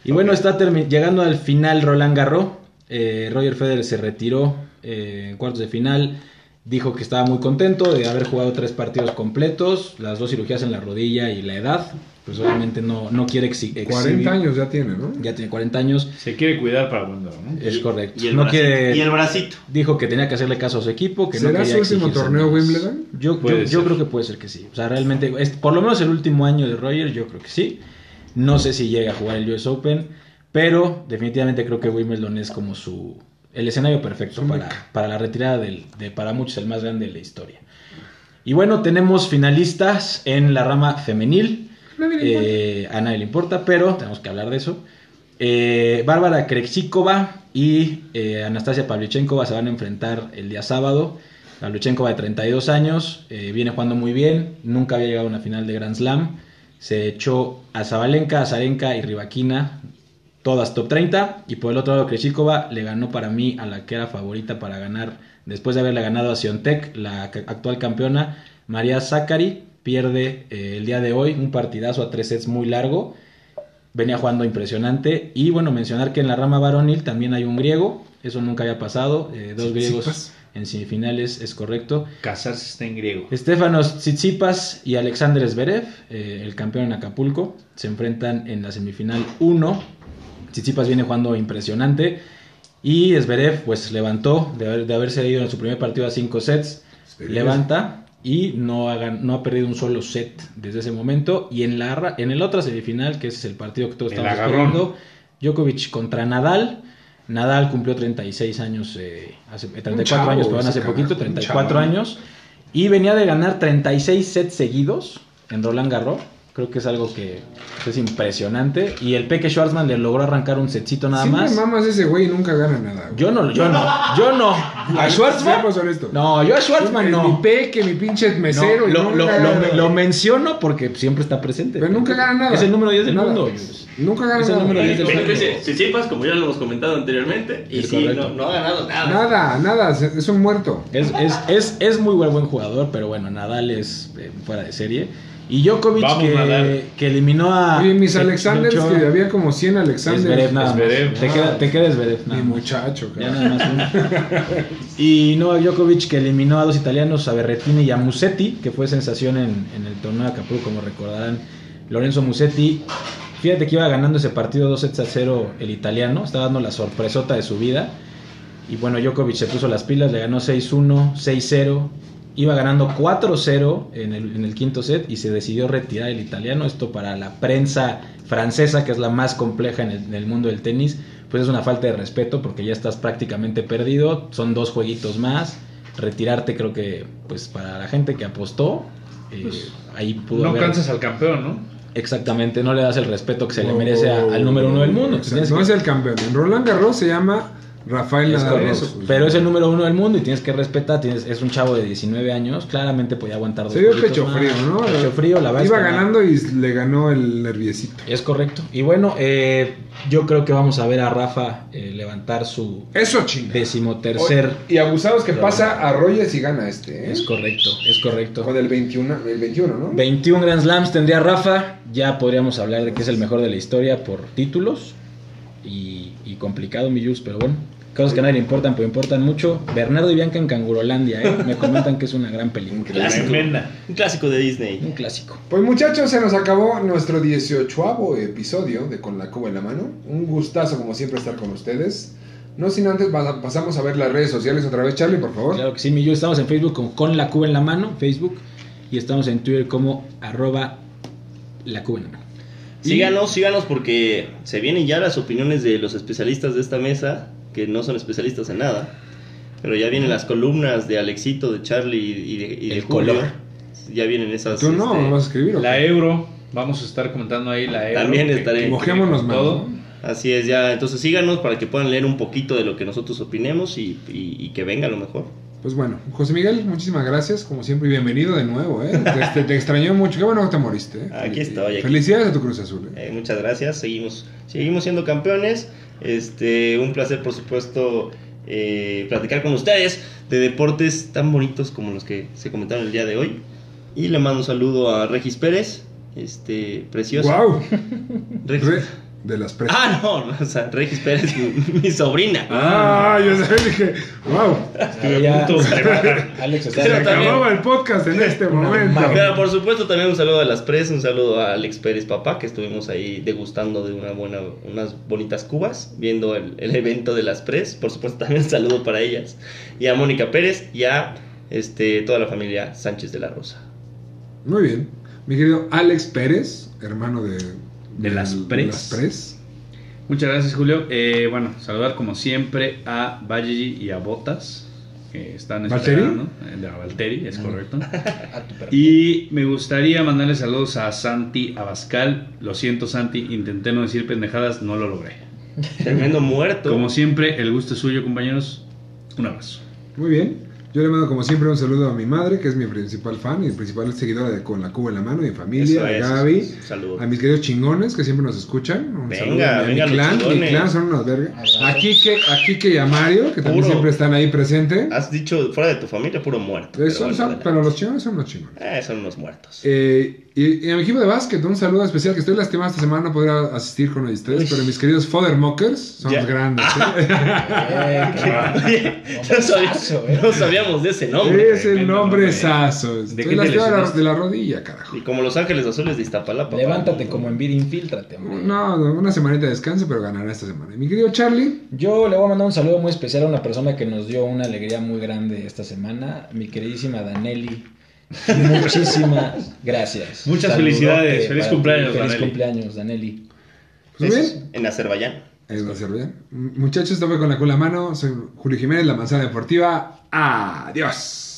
[SPEAKER 4] Y bueno, está termi- llegando al final Roland Garros. Eh, Roger Federer se retiró eh, en cuartos de final. Dijo que estaba muy contento de haber jugado tres partidos completos, las dos cirugías en la rodilla y la edad. Pues obviamente no, no quiere exi- exhibir.
[SPEAKER 1] 40 años ya tiene, ¿no?
[SPEAKER 4] Ya tiene 40 años,
[SPEAKER 3] Se quiere cuidar para Wanda, ¿no?
[SPEAKER 4] es correcto.
[SPEAKER 2] Y el,
[SPEAKER 4] no
[SPEAKER 2] bracito,
[SPEAKER 4] quiere-
[SPEAKER 2] y el bracito.
[SPEAKER 4] Dijo que tenía que hacerle caso a su equipo. Que no
[SPEAKER 1] ¿Será
[SPEAKER 4] quería
[SPEAKER 1] su último
[SPEAKER 4] exigirse
[SPEAKER 1] torneo
[SPEAKER 4] más.
[SPEAKER 1] Wimbledon?
[SPEAKER 4] Yo, yo,
[SPEAKER 3] Puede
[SPEAKER 4] yo
[SPEAKER 3] ser.
[SPEAKER 4] creo que puede ser que sí. O sea, realmente, es, por lo menos el último año de Roger, yo creo que sí. No sé si llega a jugar el US Open, pero definitivamente creo que Wimbledon es como su el escenario perfecto
[SPEAKER 1] Su
[SPEAKER 4] para,
[SPEAKER 1] meca.
[SPEAKER 4] para la retirada del, de para muchos el más grande de la historia. Y bueno, tenemos finalistas en la rama femenil. Eh, a nadie le importa, pero tenemos que hablar de eso. Eh, Bárbara Krejcikova y eh, Anastasia Pavlyuchenkova se van a enfrentar el día sábado. Pavlyuchenkova de 32 años, eh, viene jugando muy bien, nunca había llegado a una final de Grand Slam. Se echó a Zabalenka, Azarenka y Rivaquina, todas top 30. Y por el otro lado, Krejcikova le ganó para mí a la que era favorita para ganar, después de haberle ganado a Siontec, la ca- actual campeona, María Zacari. Pierde eh, el día de hoy un partidazo a tres sets muy largo. Venía jugando impresionante. Y bueno, mencionar que en la rama varonil también hay un griego. Eso nunca había pasado. eh, dos griegos
[SPEAKER 1] Tsitsipas.
[SPEAKER 4] en semifinales, es correcto.
[SPEAKER 3] Casarse está en griego.
[SPEAKER 4] Estefanos Tsitsipas y Alexander Zverev, eh, el campeón en Acapulco, se enfrentan en la semifinal 1. Tsitsipas viene jugando impresionante y Zverev pues levantó de, haber- de haberse ido en su primer partido a 5 sets,
[SPEAKER 1] Zverev.
[SPEAKER 4] levanta y no ha, gan- no ha perdido un solo set desde ese momento y en la ra- en el otra semifinal, que ese es el partido que todos
[SPEAKER 3] El
[SPEAKER 4] estamos
[SPEAKER 3] agarrón.
[SPEAKER 4] esperando, Djokovic contra Nadal. Nadal cumplió 36 años, eh, hace, 34
[SPEAKER 1] chavo,
[SPEAKER 4] años, perdón,
[SPEAKER 1] ese
[SPEAKER 4] hace
[SPEAKER 1] cabrón,
[SPEAKER 4] poquito,
[SPEAKER 1] un
[SPEAKER 4] 34
[SPEAKER 1] chaval.
[SPEAKER 4] años. Y venía de ganar 36 sets seguidos en Roland Garros. Creo que es algo que es impresionante. Y el Peque Schwarzman le logró arrancar un setcito nada
[SPEAKER 1] Siempre
[SPEAKER 4] más.
[SPEAKER 1] mamas ese güey y nunca gana nada. güey.
[SPEAKER 4] Yo no, yo no, yo no. ¿A Schwarzman?
[SPEAKER 1] Seamos honestos.
[SPEAKER 4] No, yo a Schwarzman
[SPEAKER 1] Es Mi
[SPEAKER 4] no.
[SPEAKER 1] peque, mi pinche
[SPEAKER 4] No,
[SPEAKER 1] mesero. y
[SPEAKER 4] lo,
[SPEAKER 1] nunca
[SPEAKER 4] lo-
[SPEAKER 1] gana
[SPEAKER 4] lo-
[SPEAKER 1] nada.
[SPEAKER 4] lo menciono porque siempre está presente.
[SPEAKER 1] Pero nunca gana nada.
[SPEAKER 4] Es el número 10 del
[SPEAKER 1] Nada.
[SPEAKER 4] mundo.
[SPEAKER 1] Nunca gana
[SPEAKER 4] Es el
[SPEAKER 1] nada.
[SPEAKER 4] número 10 del
[SPEAKER 2] Pero
[SPEAKER 4] mundo.
[SPEAKER 2] fíjese, Tsitsipas, como ya lo hemos comentado anteriormente, y
[SPEAKER 4] Es
[SPEAKER 2] sí,
[SPEAKER 4] correcto.
[SPEAKER 2] no, no ha ganado nada.
[SPEAKER 1] Nada, nada. se- Es un muerto.
[SPEAKER 4] Es, es, es, es muy buen, buen jugador, pero bueno, Nadal es eh, fuera de serie. Y Djokovic
[SPEAKER 3] Vamos, Nadal.
[SPEAKER 4] que, que eliminó a...
[SPEAKER 1] Oye, mis
[SPEAKER 4] se-
[SPEAKER 1] Alexanders,
[SPEAKER 4] luchó-
[SPEAKER 1] que había como 100
[SPEAKER 4] Zverev
[SPEAKER 1] Alexanders.
[SPEAKER 4] nada más.
[SPEAKER 3] Zverev.
[SPEAKER 4] Te, queda, te queda Zverev
[SPEAKER 1] Mi
[SPEAKER 4] nada más.
[SPEAKER 1] muchacho,
[SPEAKER 4] Ya
[SPEAKER 1] cabrón.
[SPEAKER 4] nada más uno. y Novak Djokovic que eliminó a dos italianos, a Berrettini y a Musetti, que fue sensación en, en el torneo de Acapulco, como recordarán. Lorenzo Musetti, fíjate que iba ganando ese partido 2 sets a 0 el italiano, estaba dando la sorpresota de su vida. Y bueno, Djokovic se puso las pilas, le ganó 6-1, 6-0. Iba ganando 4-0 en el, en el quinto set y se decidió retirar el italiano. Esto para la prensa francesa, que es la más compleja en el, en el mundo del tenis, pues es una falta de respeto porque ya estás prácticamente perdido. Son dos jueguitos más. Retirarte creo que, pues para la gente que apostó, eh, ahí pudo
[SPEAKER 3] No
[SPEAKER 4] haber-
[SPEAKER 3] cansas al campeón, ¿no?
[SPEAKER 4] Exactamente, no le das el respeto que se le merece a- al número uno del
[SPEAKER 1] Oh,
[SPEAKER 4] mundo.
[SPEAKER 1] Exacto,
[SPEAKER 4] Tienes
[SPEAKER 1] No
[SPEAKER 4] que-
[SPEAKER 1] es el campeón. En Roland Garros se llama Rafael
[SPEAKER 4] Es
[SPEAKER 1] Nadal.
[SPEAKER 4] correcto.
[SPEAKER 1] Eso, pues.
[SPEAKER 4] pero es el número uno del mundo y tienes que respetar. Tienes, es un chavo de 19 años, claramente podía aguantar dos
[SPEAKER 1] Se dio
[SPEAKER 4] jueguitos
[SPEAKER 1] pecho
[SPEAKER 4] más.
[SPEAKER 1] frío, ¿no?
[SPEAKER 4] Pecho frío, la verdad.
[SPEAKER 1] Iba
[SPEAKER 4] es que no.
[SPEAKER 1] ganando y le ganó el nerviecito.
[SPEAKER 4] Es correcto. Y bueno, eh, yo creo que vamos a ver a Rafa eh, levantar su
[SPEAKER 1] Eso chinga.
[SPEAKER 4] decimotercer.
[SPEAKER 1] Y abusados que pasa a Royes y gana este, ¿eh?
[SPEAKER 4] Es correcto, es correcto.
[SPEAKER 1] Con el 21, el 21, ¿no?
[SPEAKER 4] 21 Grand Slams tendría Rafa. Ya podríamos hablar de que es el mejor de la historia por títulos. Y, y complicado, mi Jules, pero bueno. Cosas que a nadie le importan, pero importan mucho. Bernardo y Bianca en Cangurolandia, ¿eh? Me comentan que es una gran película.
[SPEAKER 2] Clásico.
[SPEAKER 3] Tremenda.
[SPEAKER 2] Un clásico de Disney.
[SPEAKER 4] Un clásico.
[SPEAKER 1] Pues muchachos, se nos acabó nuestro 18 episodio de Con la Cuba en la Mano. Un gustazo, como siempre, estar con ustedes. No sin antes va- pasamos a ver las redes sociales otra vez, Charlie, por favor.
[SPEAKER 4] Claro que sí, mi Jules. Estamos en Facebook con, con la Cuba en la mano, Facebook. Y estamos en Twitter como arroba la Cuba en la mano.
[SPEAKER 2] Síganos, síganos porque se vienen ya las opiniones de los especialistas de esta mesa, que no son especialistas en nada, pero ya vienen las columnas de Alexito, de Charlie y de, y de
[SPEAKER 4] El
[SPEAKER 2] Julio.
[SPEAKER 4] color.
[SPEAKER 2] Ya vienen esas...
[SPEAKER 1] Tú no,
[SPEAKER 2] este,
[SPEAKER 1] me vas a escribir. ¿o qué?
[SPEAKER 3] eh, La euro. Vamos a estar comentando ahí la Euro.
[SPEAKER 2] También
[SPEAKER 3] que-
[SPEAKER 2] estaré.
[SPEAKER 3] que-
[SPEAKER 1] Mojémonos más.
[SPEAKER 3] todo.
[SPEAKER 1] ¿no?
[SPEAKER 2] Así es, ya. Entonces síganos para que puedan leer un poquito de lo que nosotros opinemos y, y- y que venga a lo mejor.
[SPEAKER 1] Pues bueno, José Miguel, muchísimas gracias, como siempre, y bienvenido de nuevo, ¿eh? Te, te- te extrañó mucho, qué bueno que te moriste. ¿eh?
[SPEAKER 2] Aquí
[SPEAKER 1] Fel-
[SPEAKER 2] estoy, aquí
[SPEAKER 1] Felicidades a tu Cruz Azul. ¿eh?
[SPEAKER 2] Eh, muchas gracias. Seguimos, seguimos siendo campeones. Este, un placer, por supuesto, eh, platicar con ustedes de deportes tan bonitos como los que se comentaron el día de hoy. Y le mando un saludo a Regis Pérez, este precioso.
[SPEAKER 1] ¡Guau!
[SPEAKER 2] Regis-
[SPEAKER 1] Re- de las presas.
[SPEAKER 2] Ah, no, o sea, Regis Pérez, mi, mi sobrina.
[SPEAKER 1] Ah, yo sabía, dije, wow,
[SPEAKER 4] Ahí ya- Alex está
[SPEAKER 1] se
[SPEAKER 2] Pero también-
[SPEAKER 1] acababa el podcast en este momento.
[SPEAKER 4] madre.
[SPEAKER 2] Pero por supuesto también un saludo a las pres, un saludo a Alex Pérez papá, que estuvimos ahí degustando de una buena, unas bonitas cubas, viendo el, el evento de las pres. Por supuesto también un saludo para ellas. Y a Mónica Pérez y a este, toda la familia Sánchez de la Rosa.
[SPEAKER 1] Muy bien, mi querido Alex Pérez, hermano de,
[SPEAKER 3] De las
[SPEAKER 1] de
[SPEAKER 3] Pres.
[SPEAKER 1] las Pres.
[SPEAKER 3] Muchas gracias, Julio. Eh, bueno, saludar como siempre a Valleji y a Botas, que están
[SPEAKER 1] ¿Valtteri?
[SPEAKER 3] esperando. Eh, De a Valtteri, es correcto.
[SPEAKER 4] a tu perro.
[SPEAKER 3] Y me gustaría mandarle saludos a Santi Abascal. Lo siento, Santi, intenté no decir pendejadas, no lo logré.
[SPEAKER 2] Tremendo muerto.
[SPEAKER 3] Como siempre, el gusto es suyo, compañeros. Un abrazo.
[SPEAKER 1] Muy bien. Yo le mando como siempre un saludo a mi madre, que es mi principal fan y principal seguidora de Con la Cuba en la mano, mi familia,
[SPEAKER 2] Eso es,
[SPEAKER 1] a Gaby,
[SPEAKER 2] un saludo.
[SPEAKER 1] a mis queridos chingones que siempre nos escuchan. Un
[SPEAKER 2] Venga,
[SPEAKER 1] saludo a mi- a
[SPEAKER 2] venga los
[SPEAKER 1] mi clan, mi
[SPEAKER 2] chingones.
[SPEAKER 1] clan son unas vergas. A Kike, a Kike y a Mario, que también
[SPEAKER 2] Puro. Ah,
[SPEAKER 1] siempre están ahí presentes.
[SPEAKER 2] Has dicho fuera de tu familia, puro muerto.
[SPEAKER 1] Eh, son-
[SPEAKER 2] bueno,
[SPEAKER 1] son-
[SPEAKER 2] adelante.
[SPEAKER 1] pero los chingones son unos chingones.
[SPEAKER 2] Eh, son unos muertos.
[SPEAKER 1] Eh, y, y a mi equipo de básquet, un saludo especial que estoy lastimado esta semana, no podré asistir con ustedes, pero mis queridos Foddermockers son
[SPEAKER 2] Ya.
[SPEAKER 1] los grandes.
[SPEAKER 3] Ah,
[SPEAKER 1] ¿eh?
[SPEAKER 4] Eh, cabrón.
[SPEAKER 2] Oye, no,
[SPEAKER 4] Hombrezazo,
[SPEAKER 2] sabíamos, no sabíamos
[SPEAKER 4] eh.
[SPEAKER 2] de ese nombre.
[SPEAKER 1] es el
[SPEAKER 3] tremendo,
[SPEAKER 1] nombre
[SPEAKER 3] güey.
[SPEAKER 1] sazo.
[SPEAKER 3] qué
[SPEAKER 1] Estoy
[SPEAKER 3] te
[SPEAKER 1] lastimado de la-
[SPEAKER 3] lesionaste?
[SPEAKER 1] de la rodilla, carajo.
[SPEAKER 2] Y como Los Ángeles Azules de Iztapalapa.
[SPEAKER 4] Levántate
[SPEAKER 2] papá.
[SPEAKER 4] como en vida, infíltrate, hombre.
[SPEAKER 1] No, no, una semanita de descanso, pero ganará esta semana. Y Mi querido Charlie,
[SPEAKER 4] Yo le voy a mandar un saludo muy especial a una persona que nos dio una alegría muy grande esta semana, mi queridísima Danelli. Muchísimas gracias.
[SPEAKER 3] Muchas
[SPEAKER 4] Saludote
[SPEAKER 3] felicidades. Feliz
[SPEAKER 4] para ti.
[SPEAKER 3] cumpleaños,
[SPEAKER 4] Feliz
[SPEAKER 3] Danelli.
[SPEAKER 4] cumpleaños, Danelli.
[SPEAKER 1] pues muy
[SPEAKER 2] Eso es
[SPEAKER 1] bien.
[SPEAKER 2] En Azerbaiyán.
[SPEAKER 1] Eh, va a ser bien. Muchachos, esto fue con la cola en la mano. Soy Julio Jiménez, la manzana deportiva. Adiós.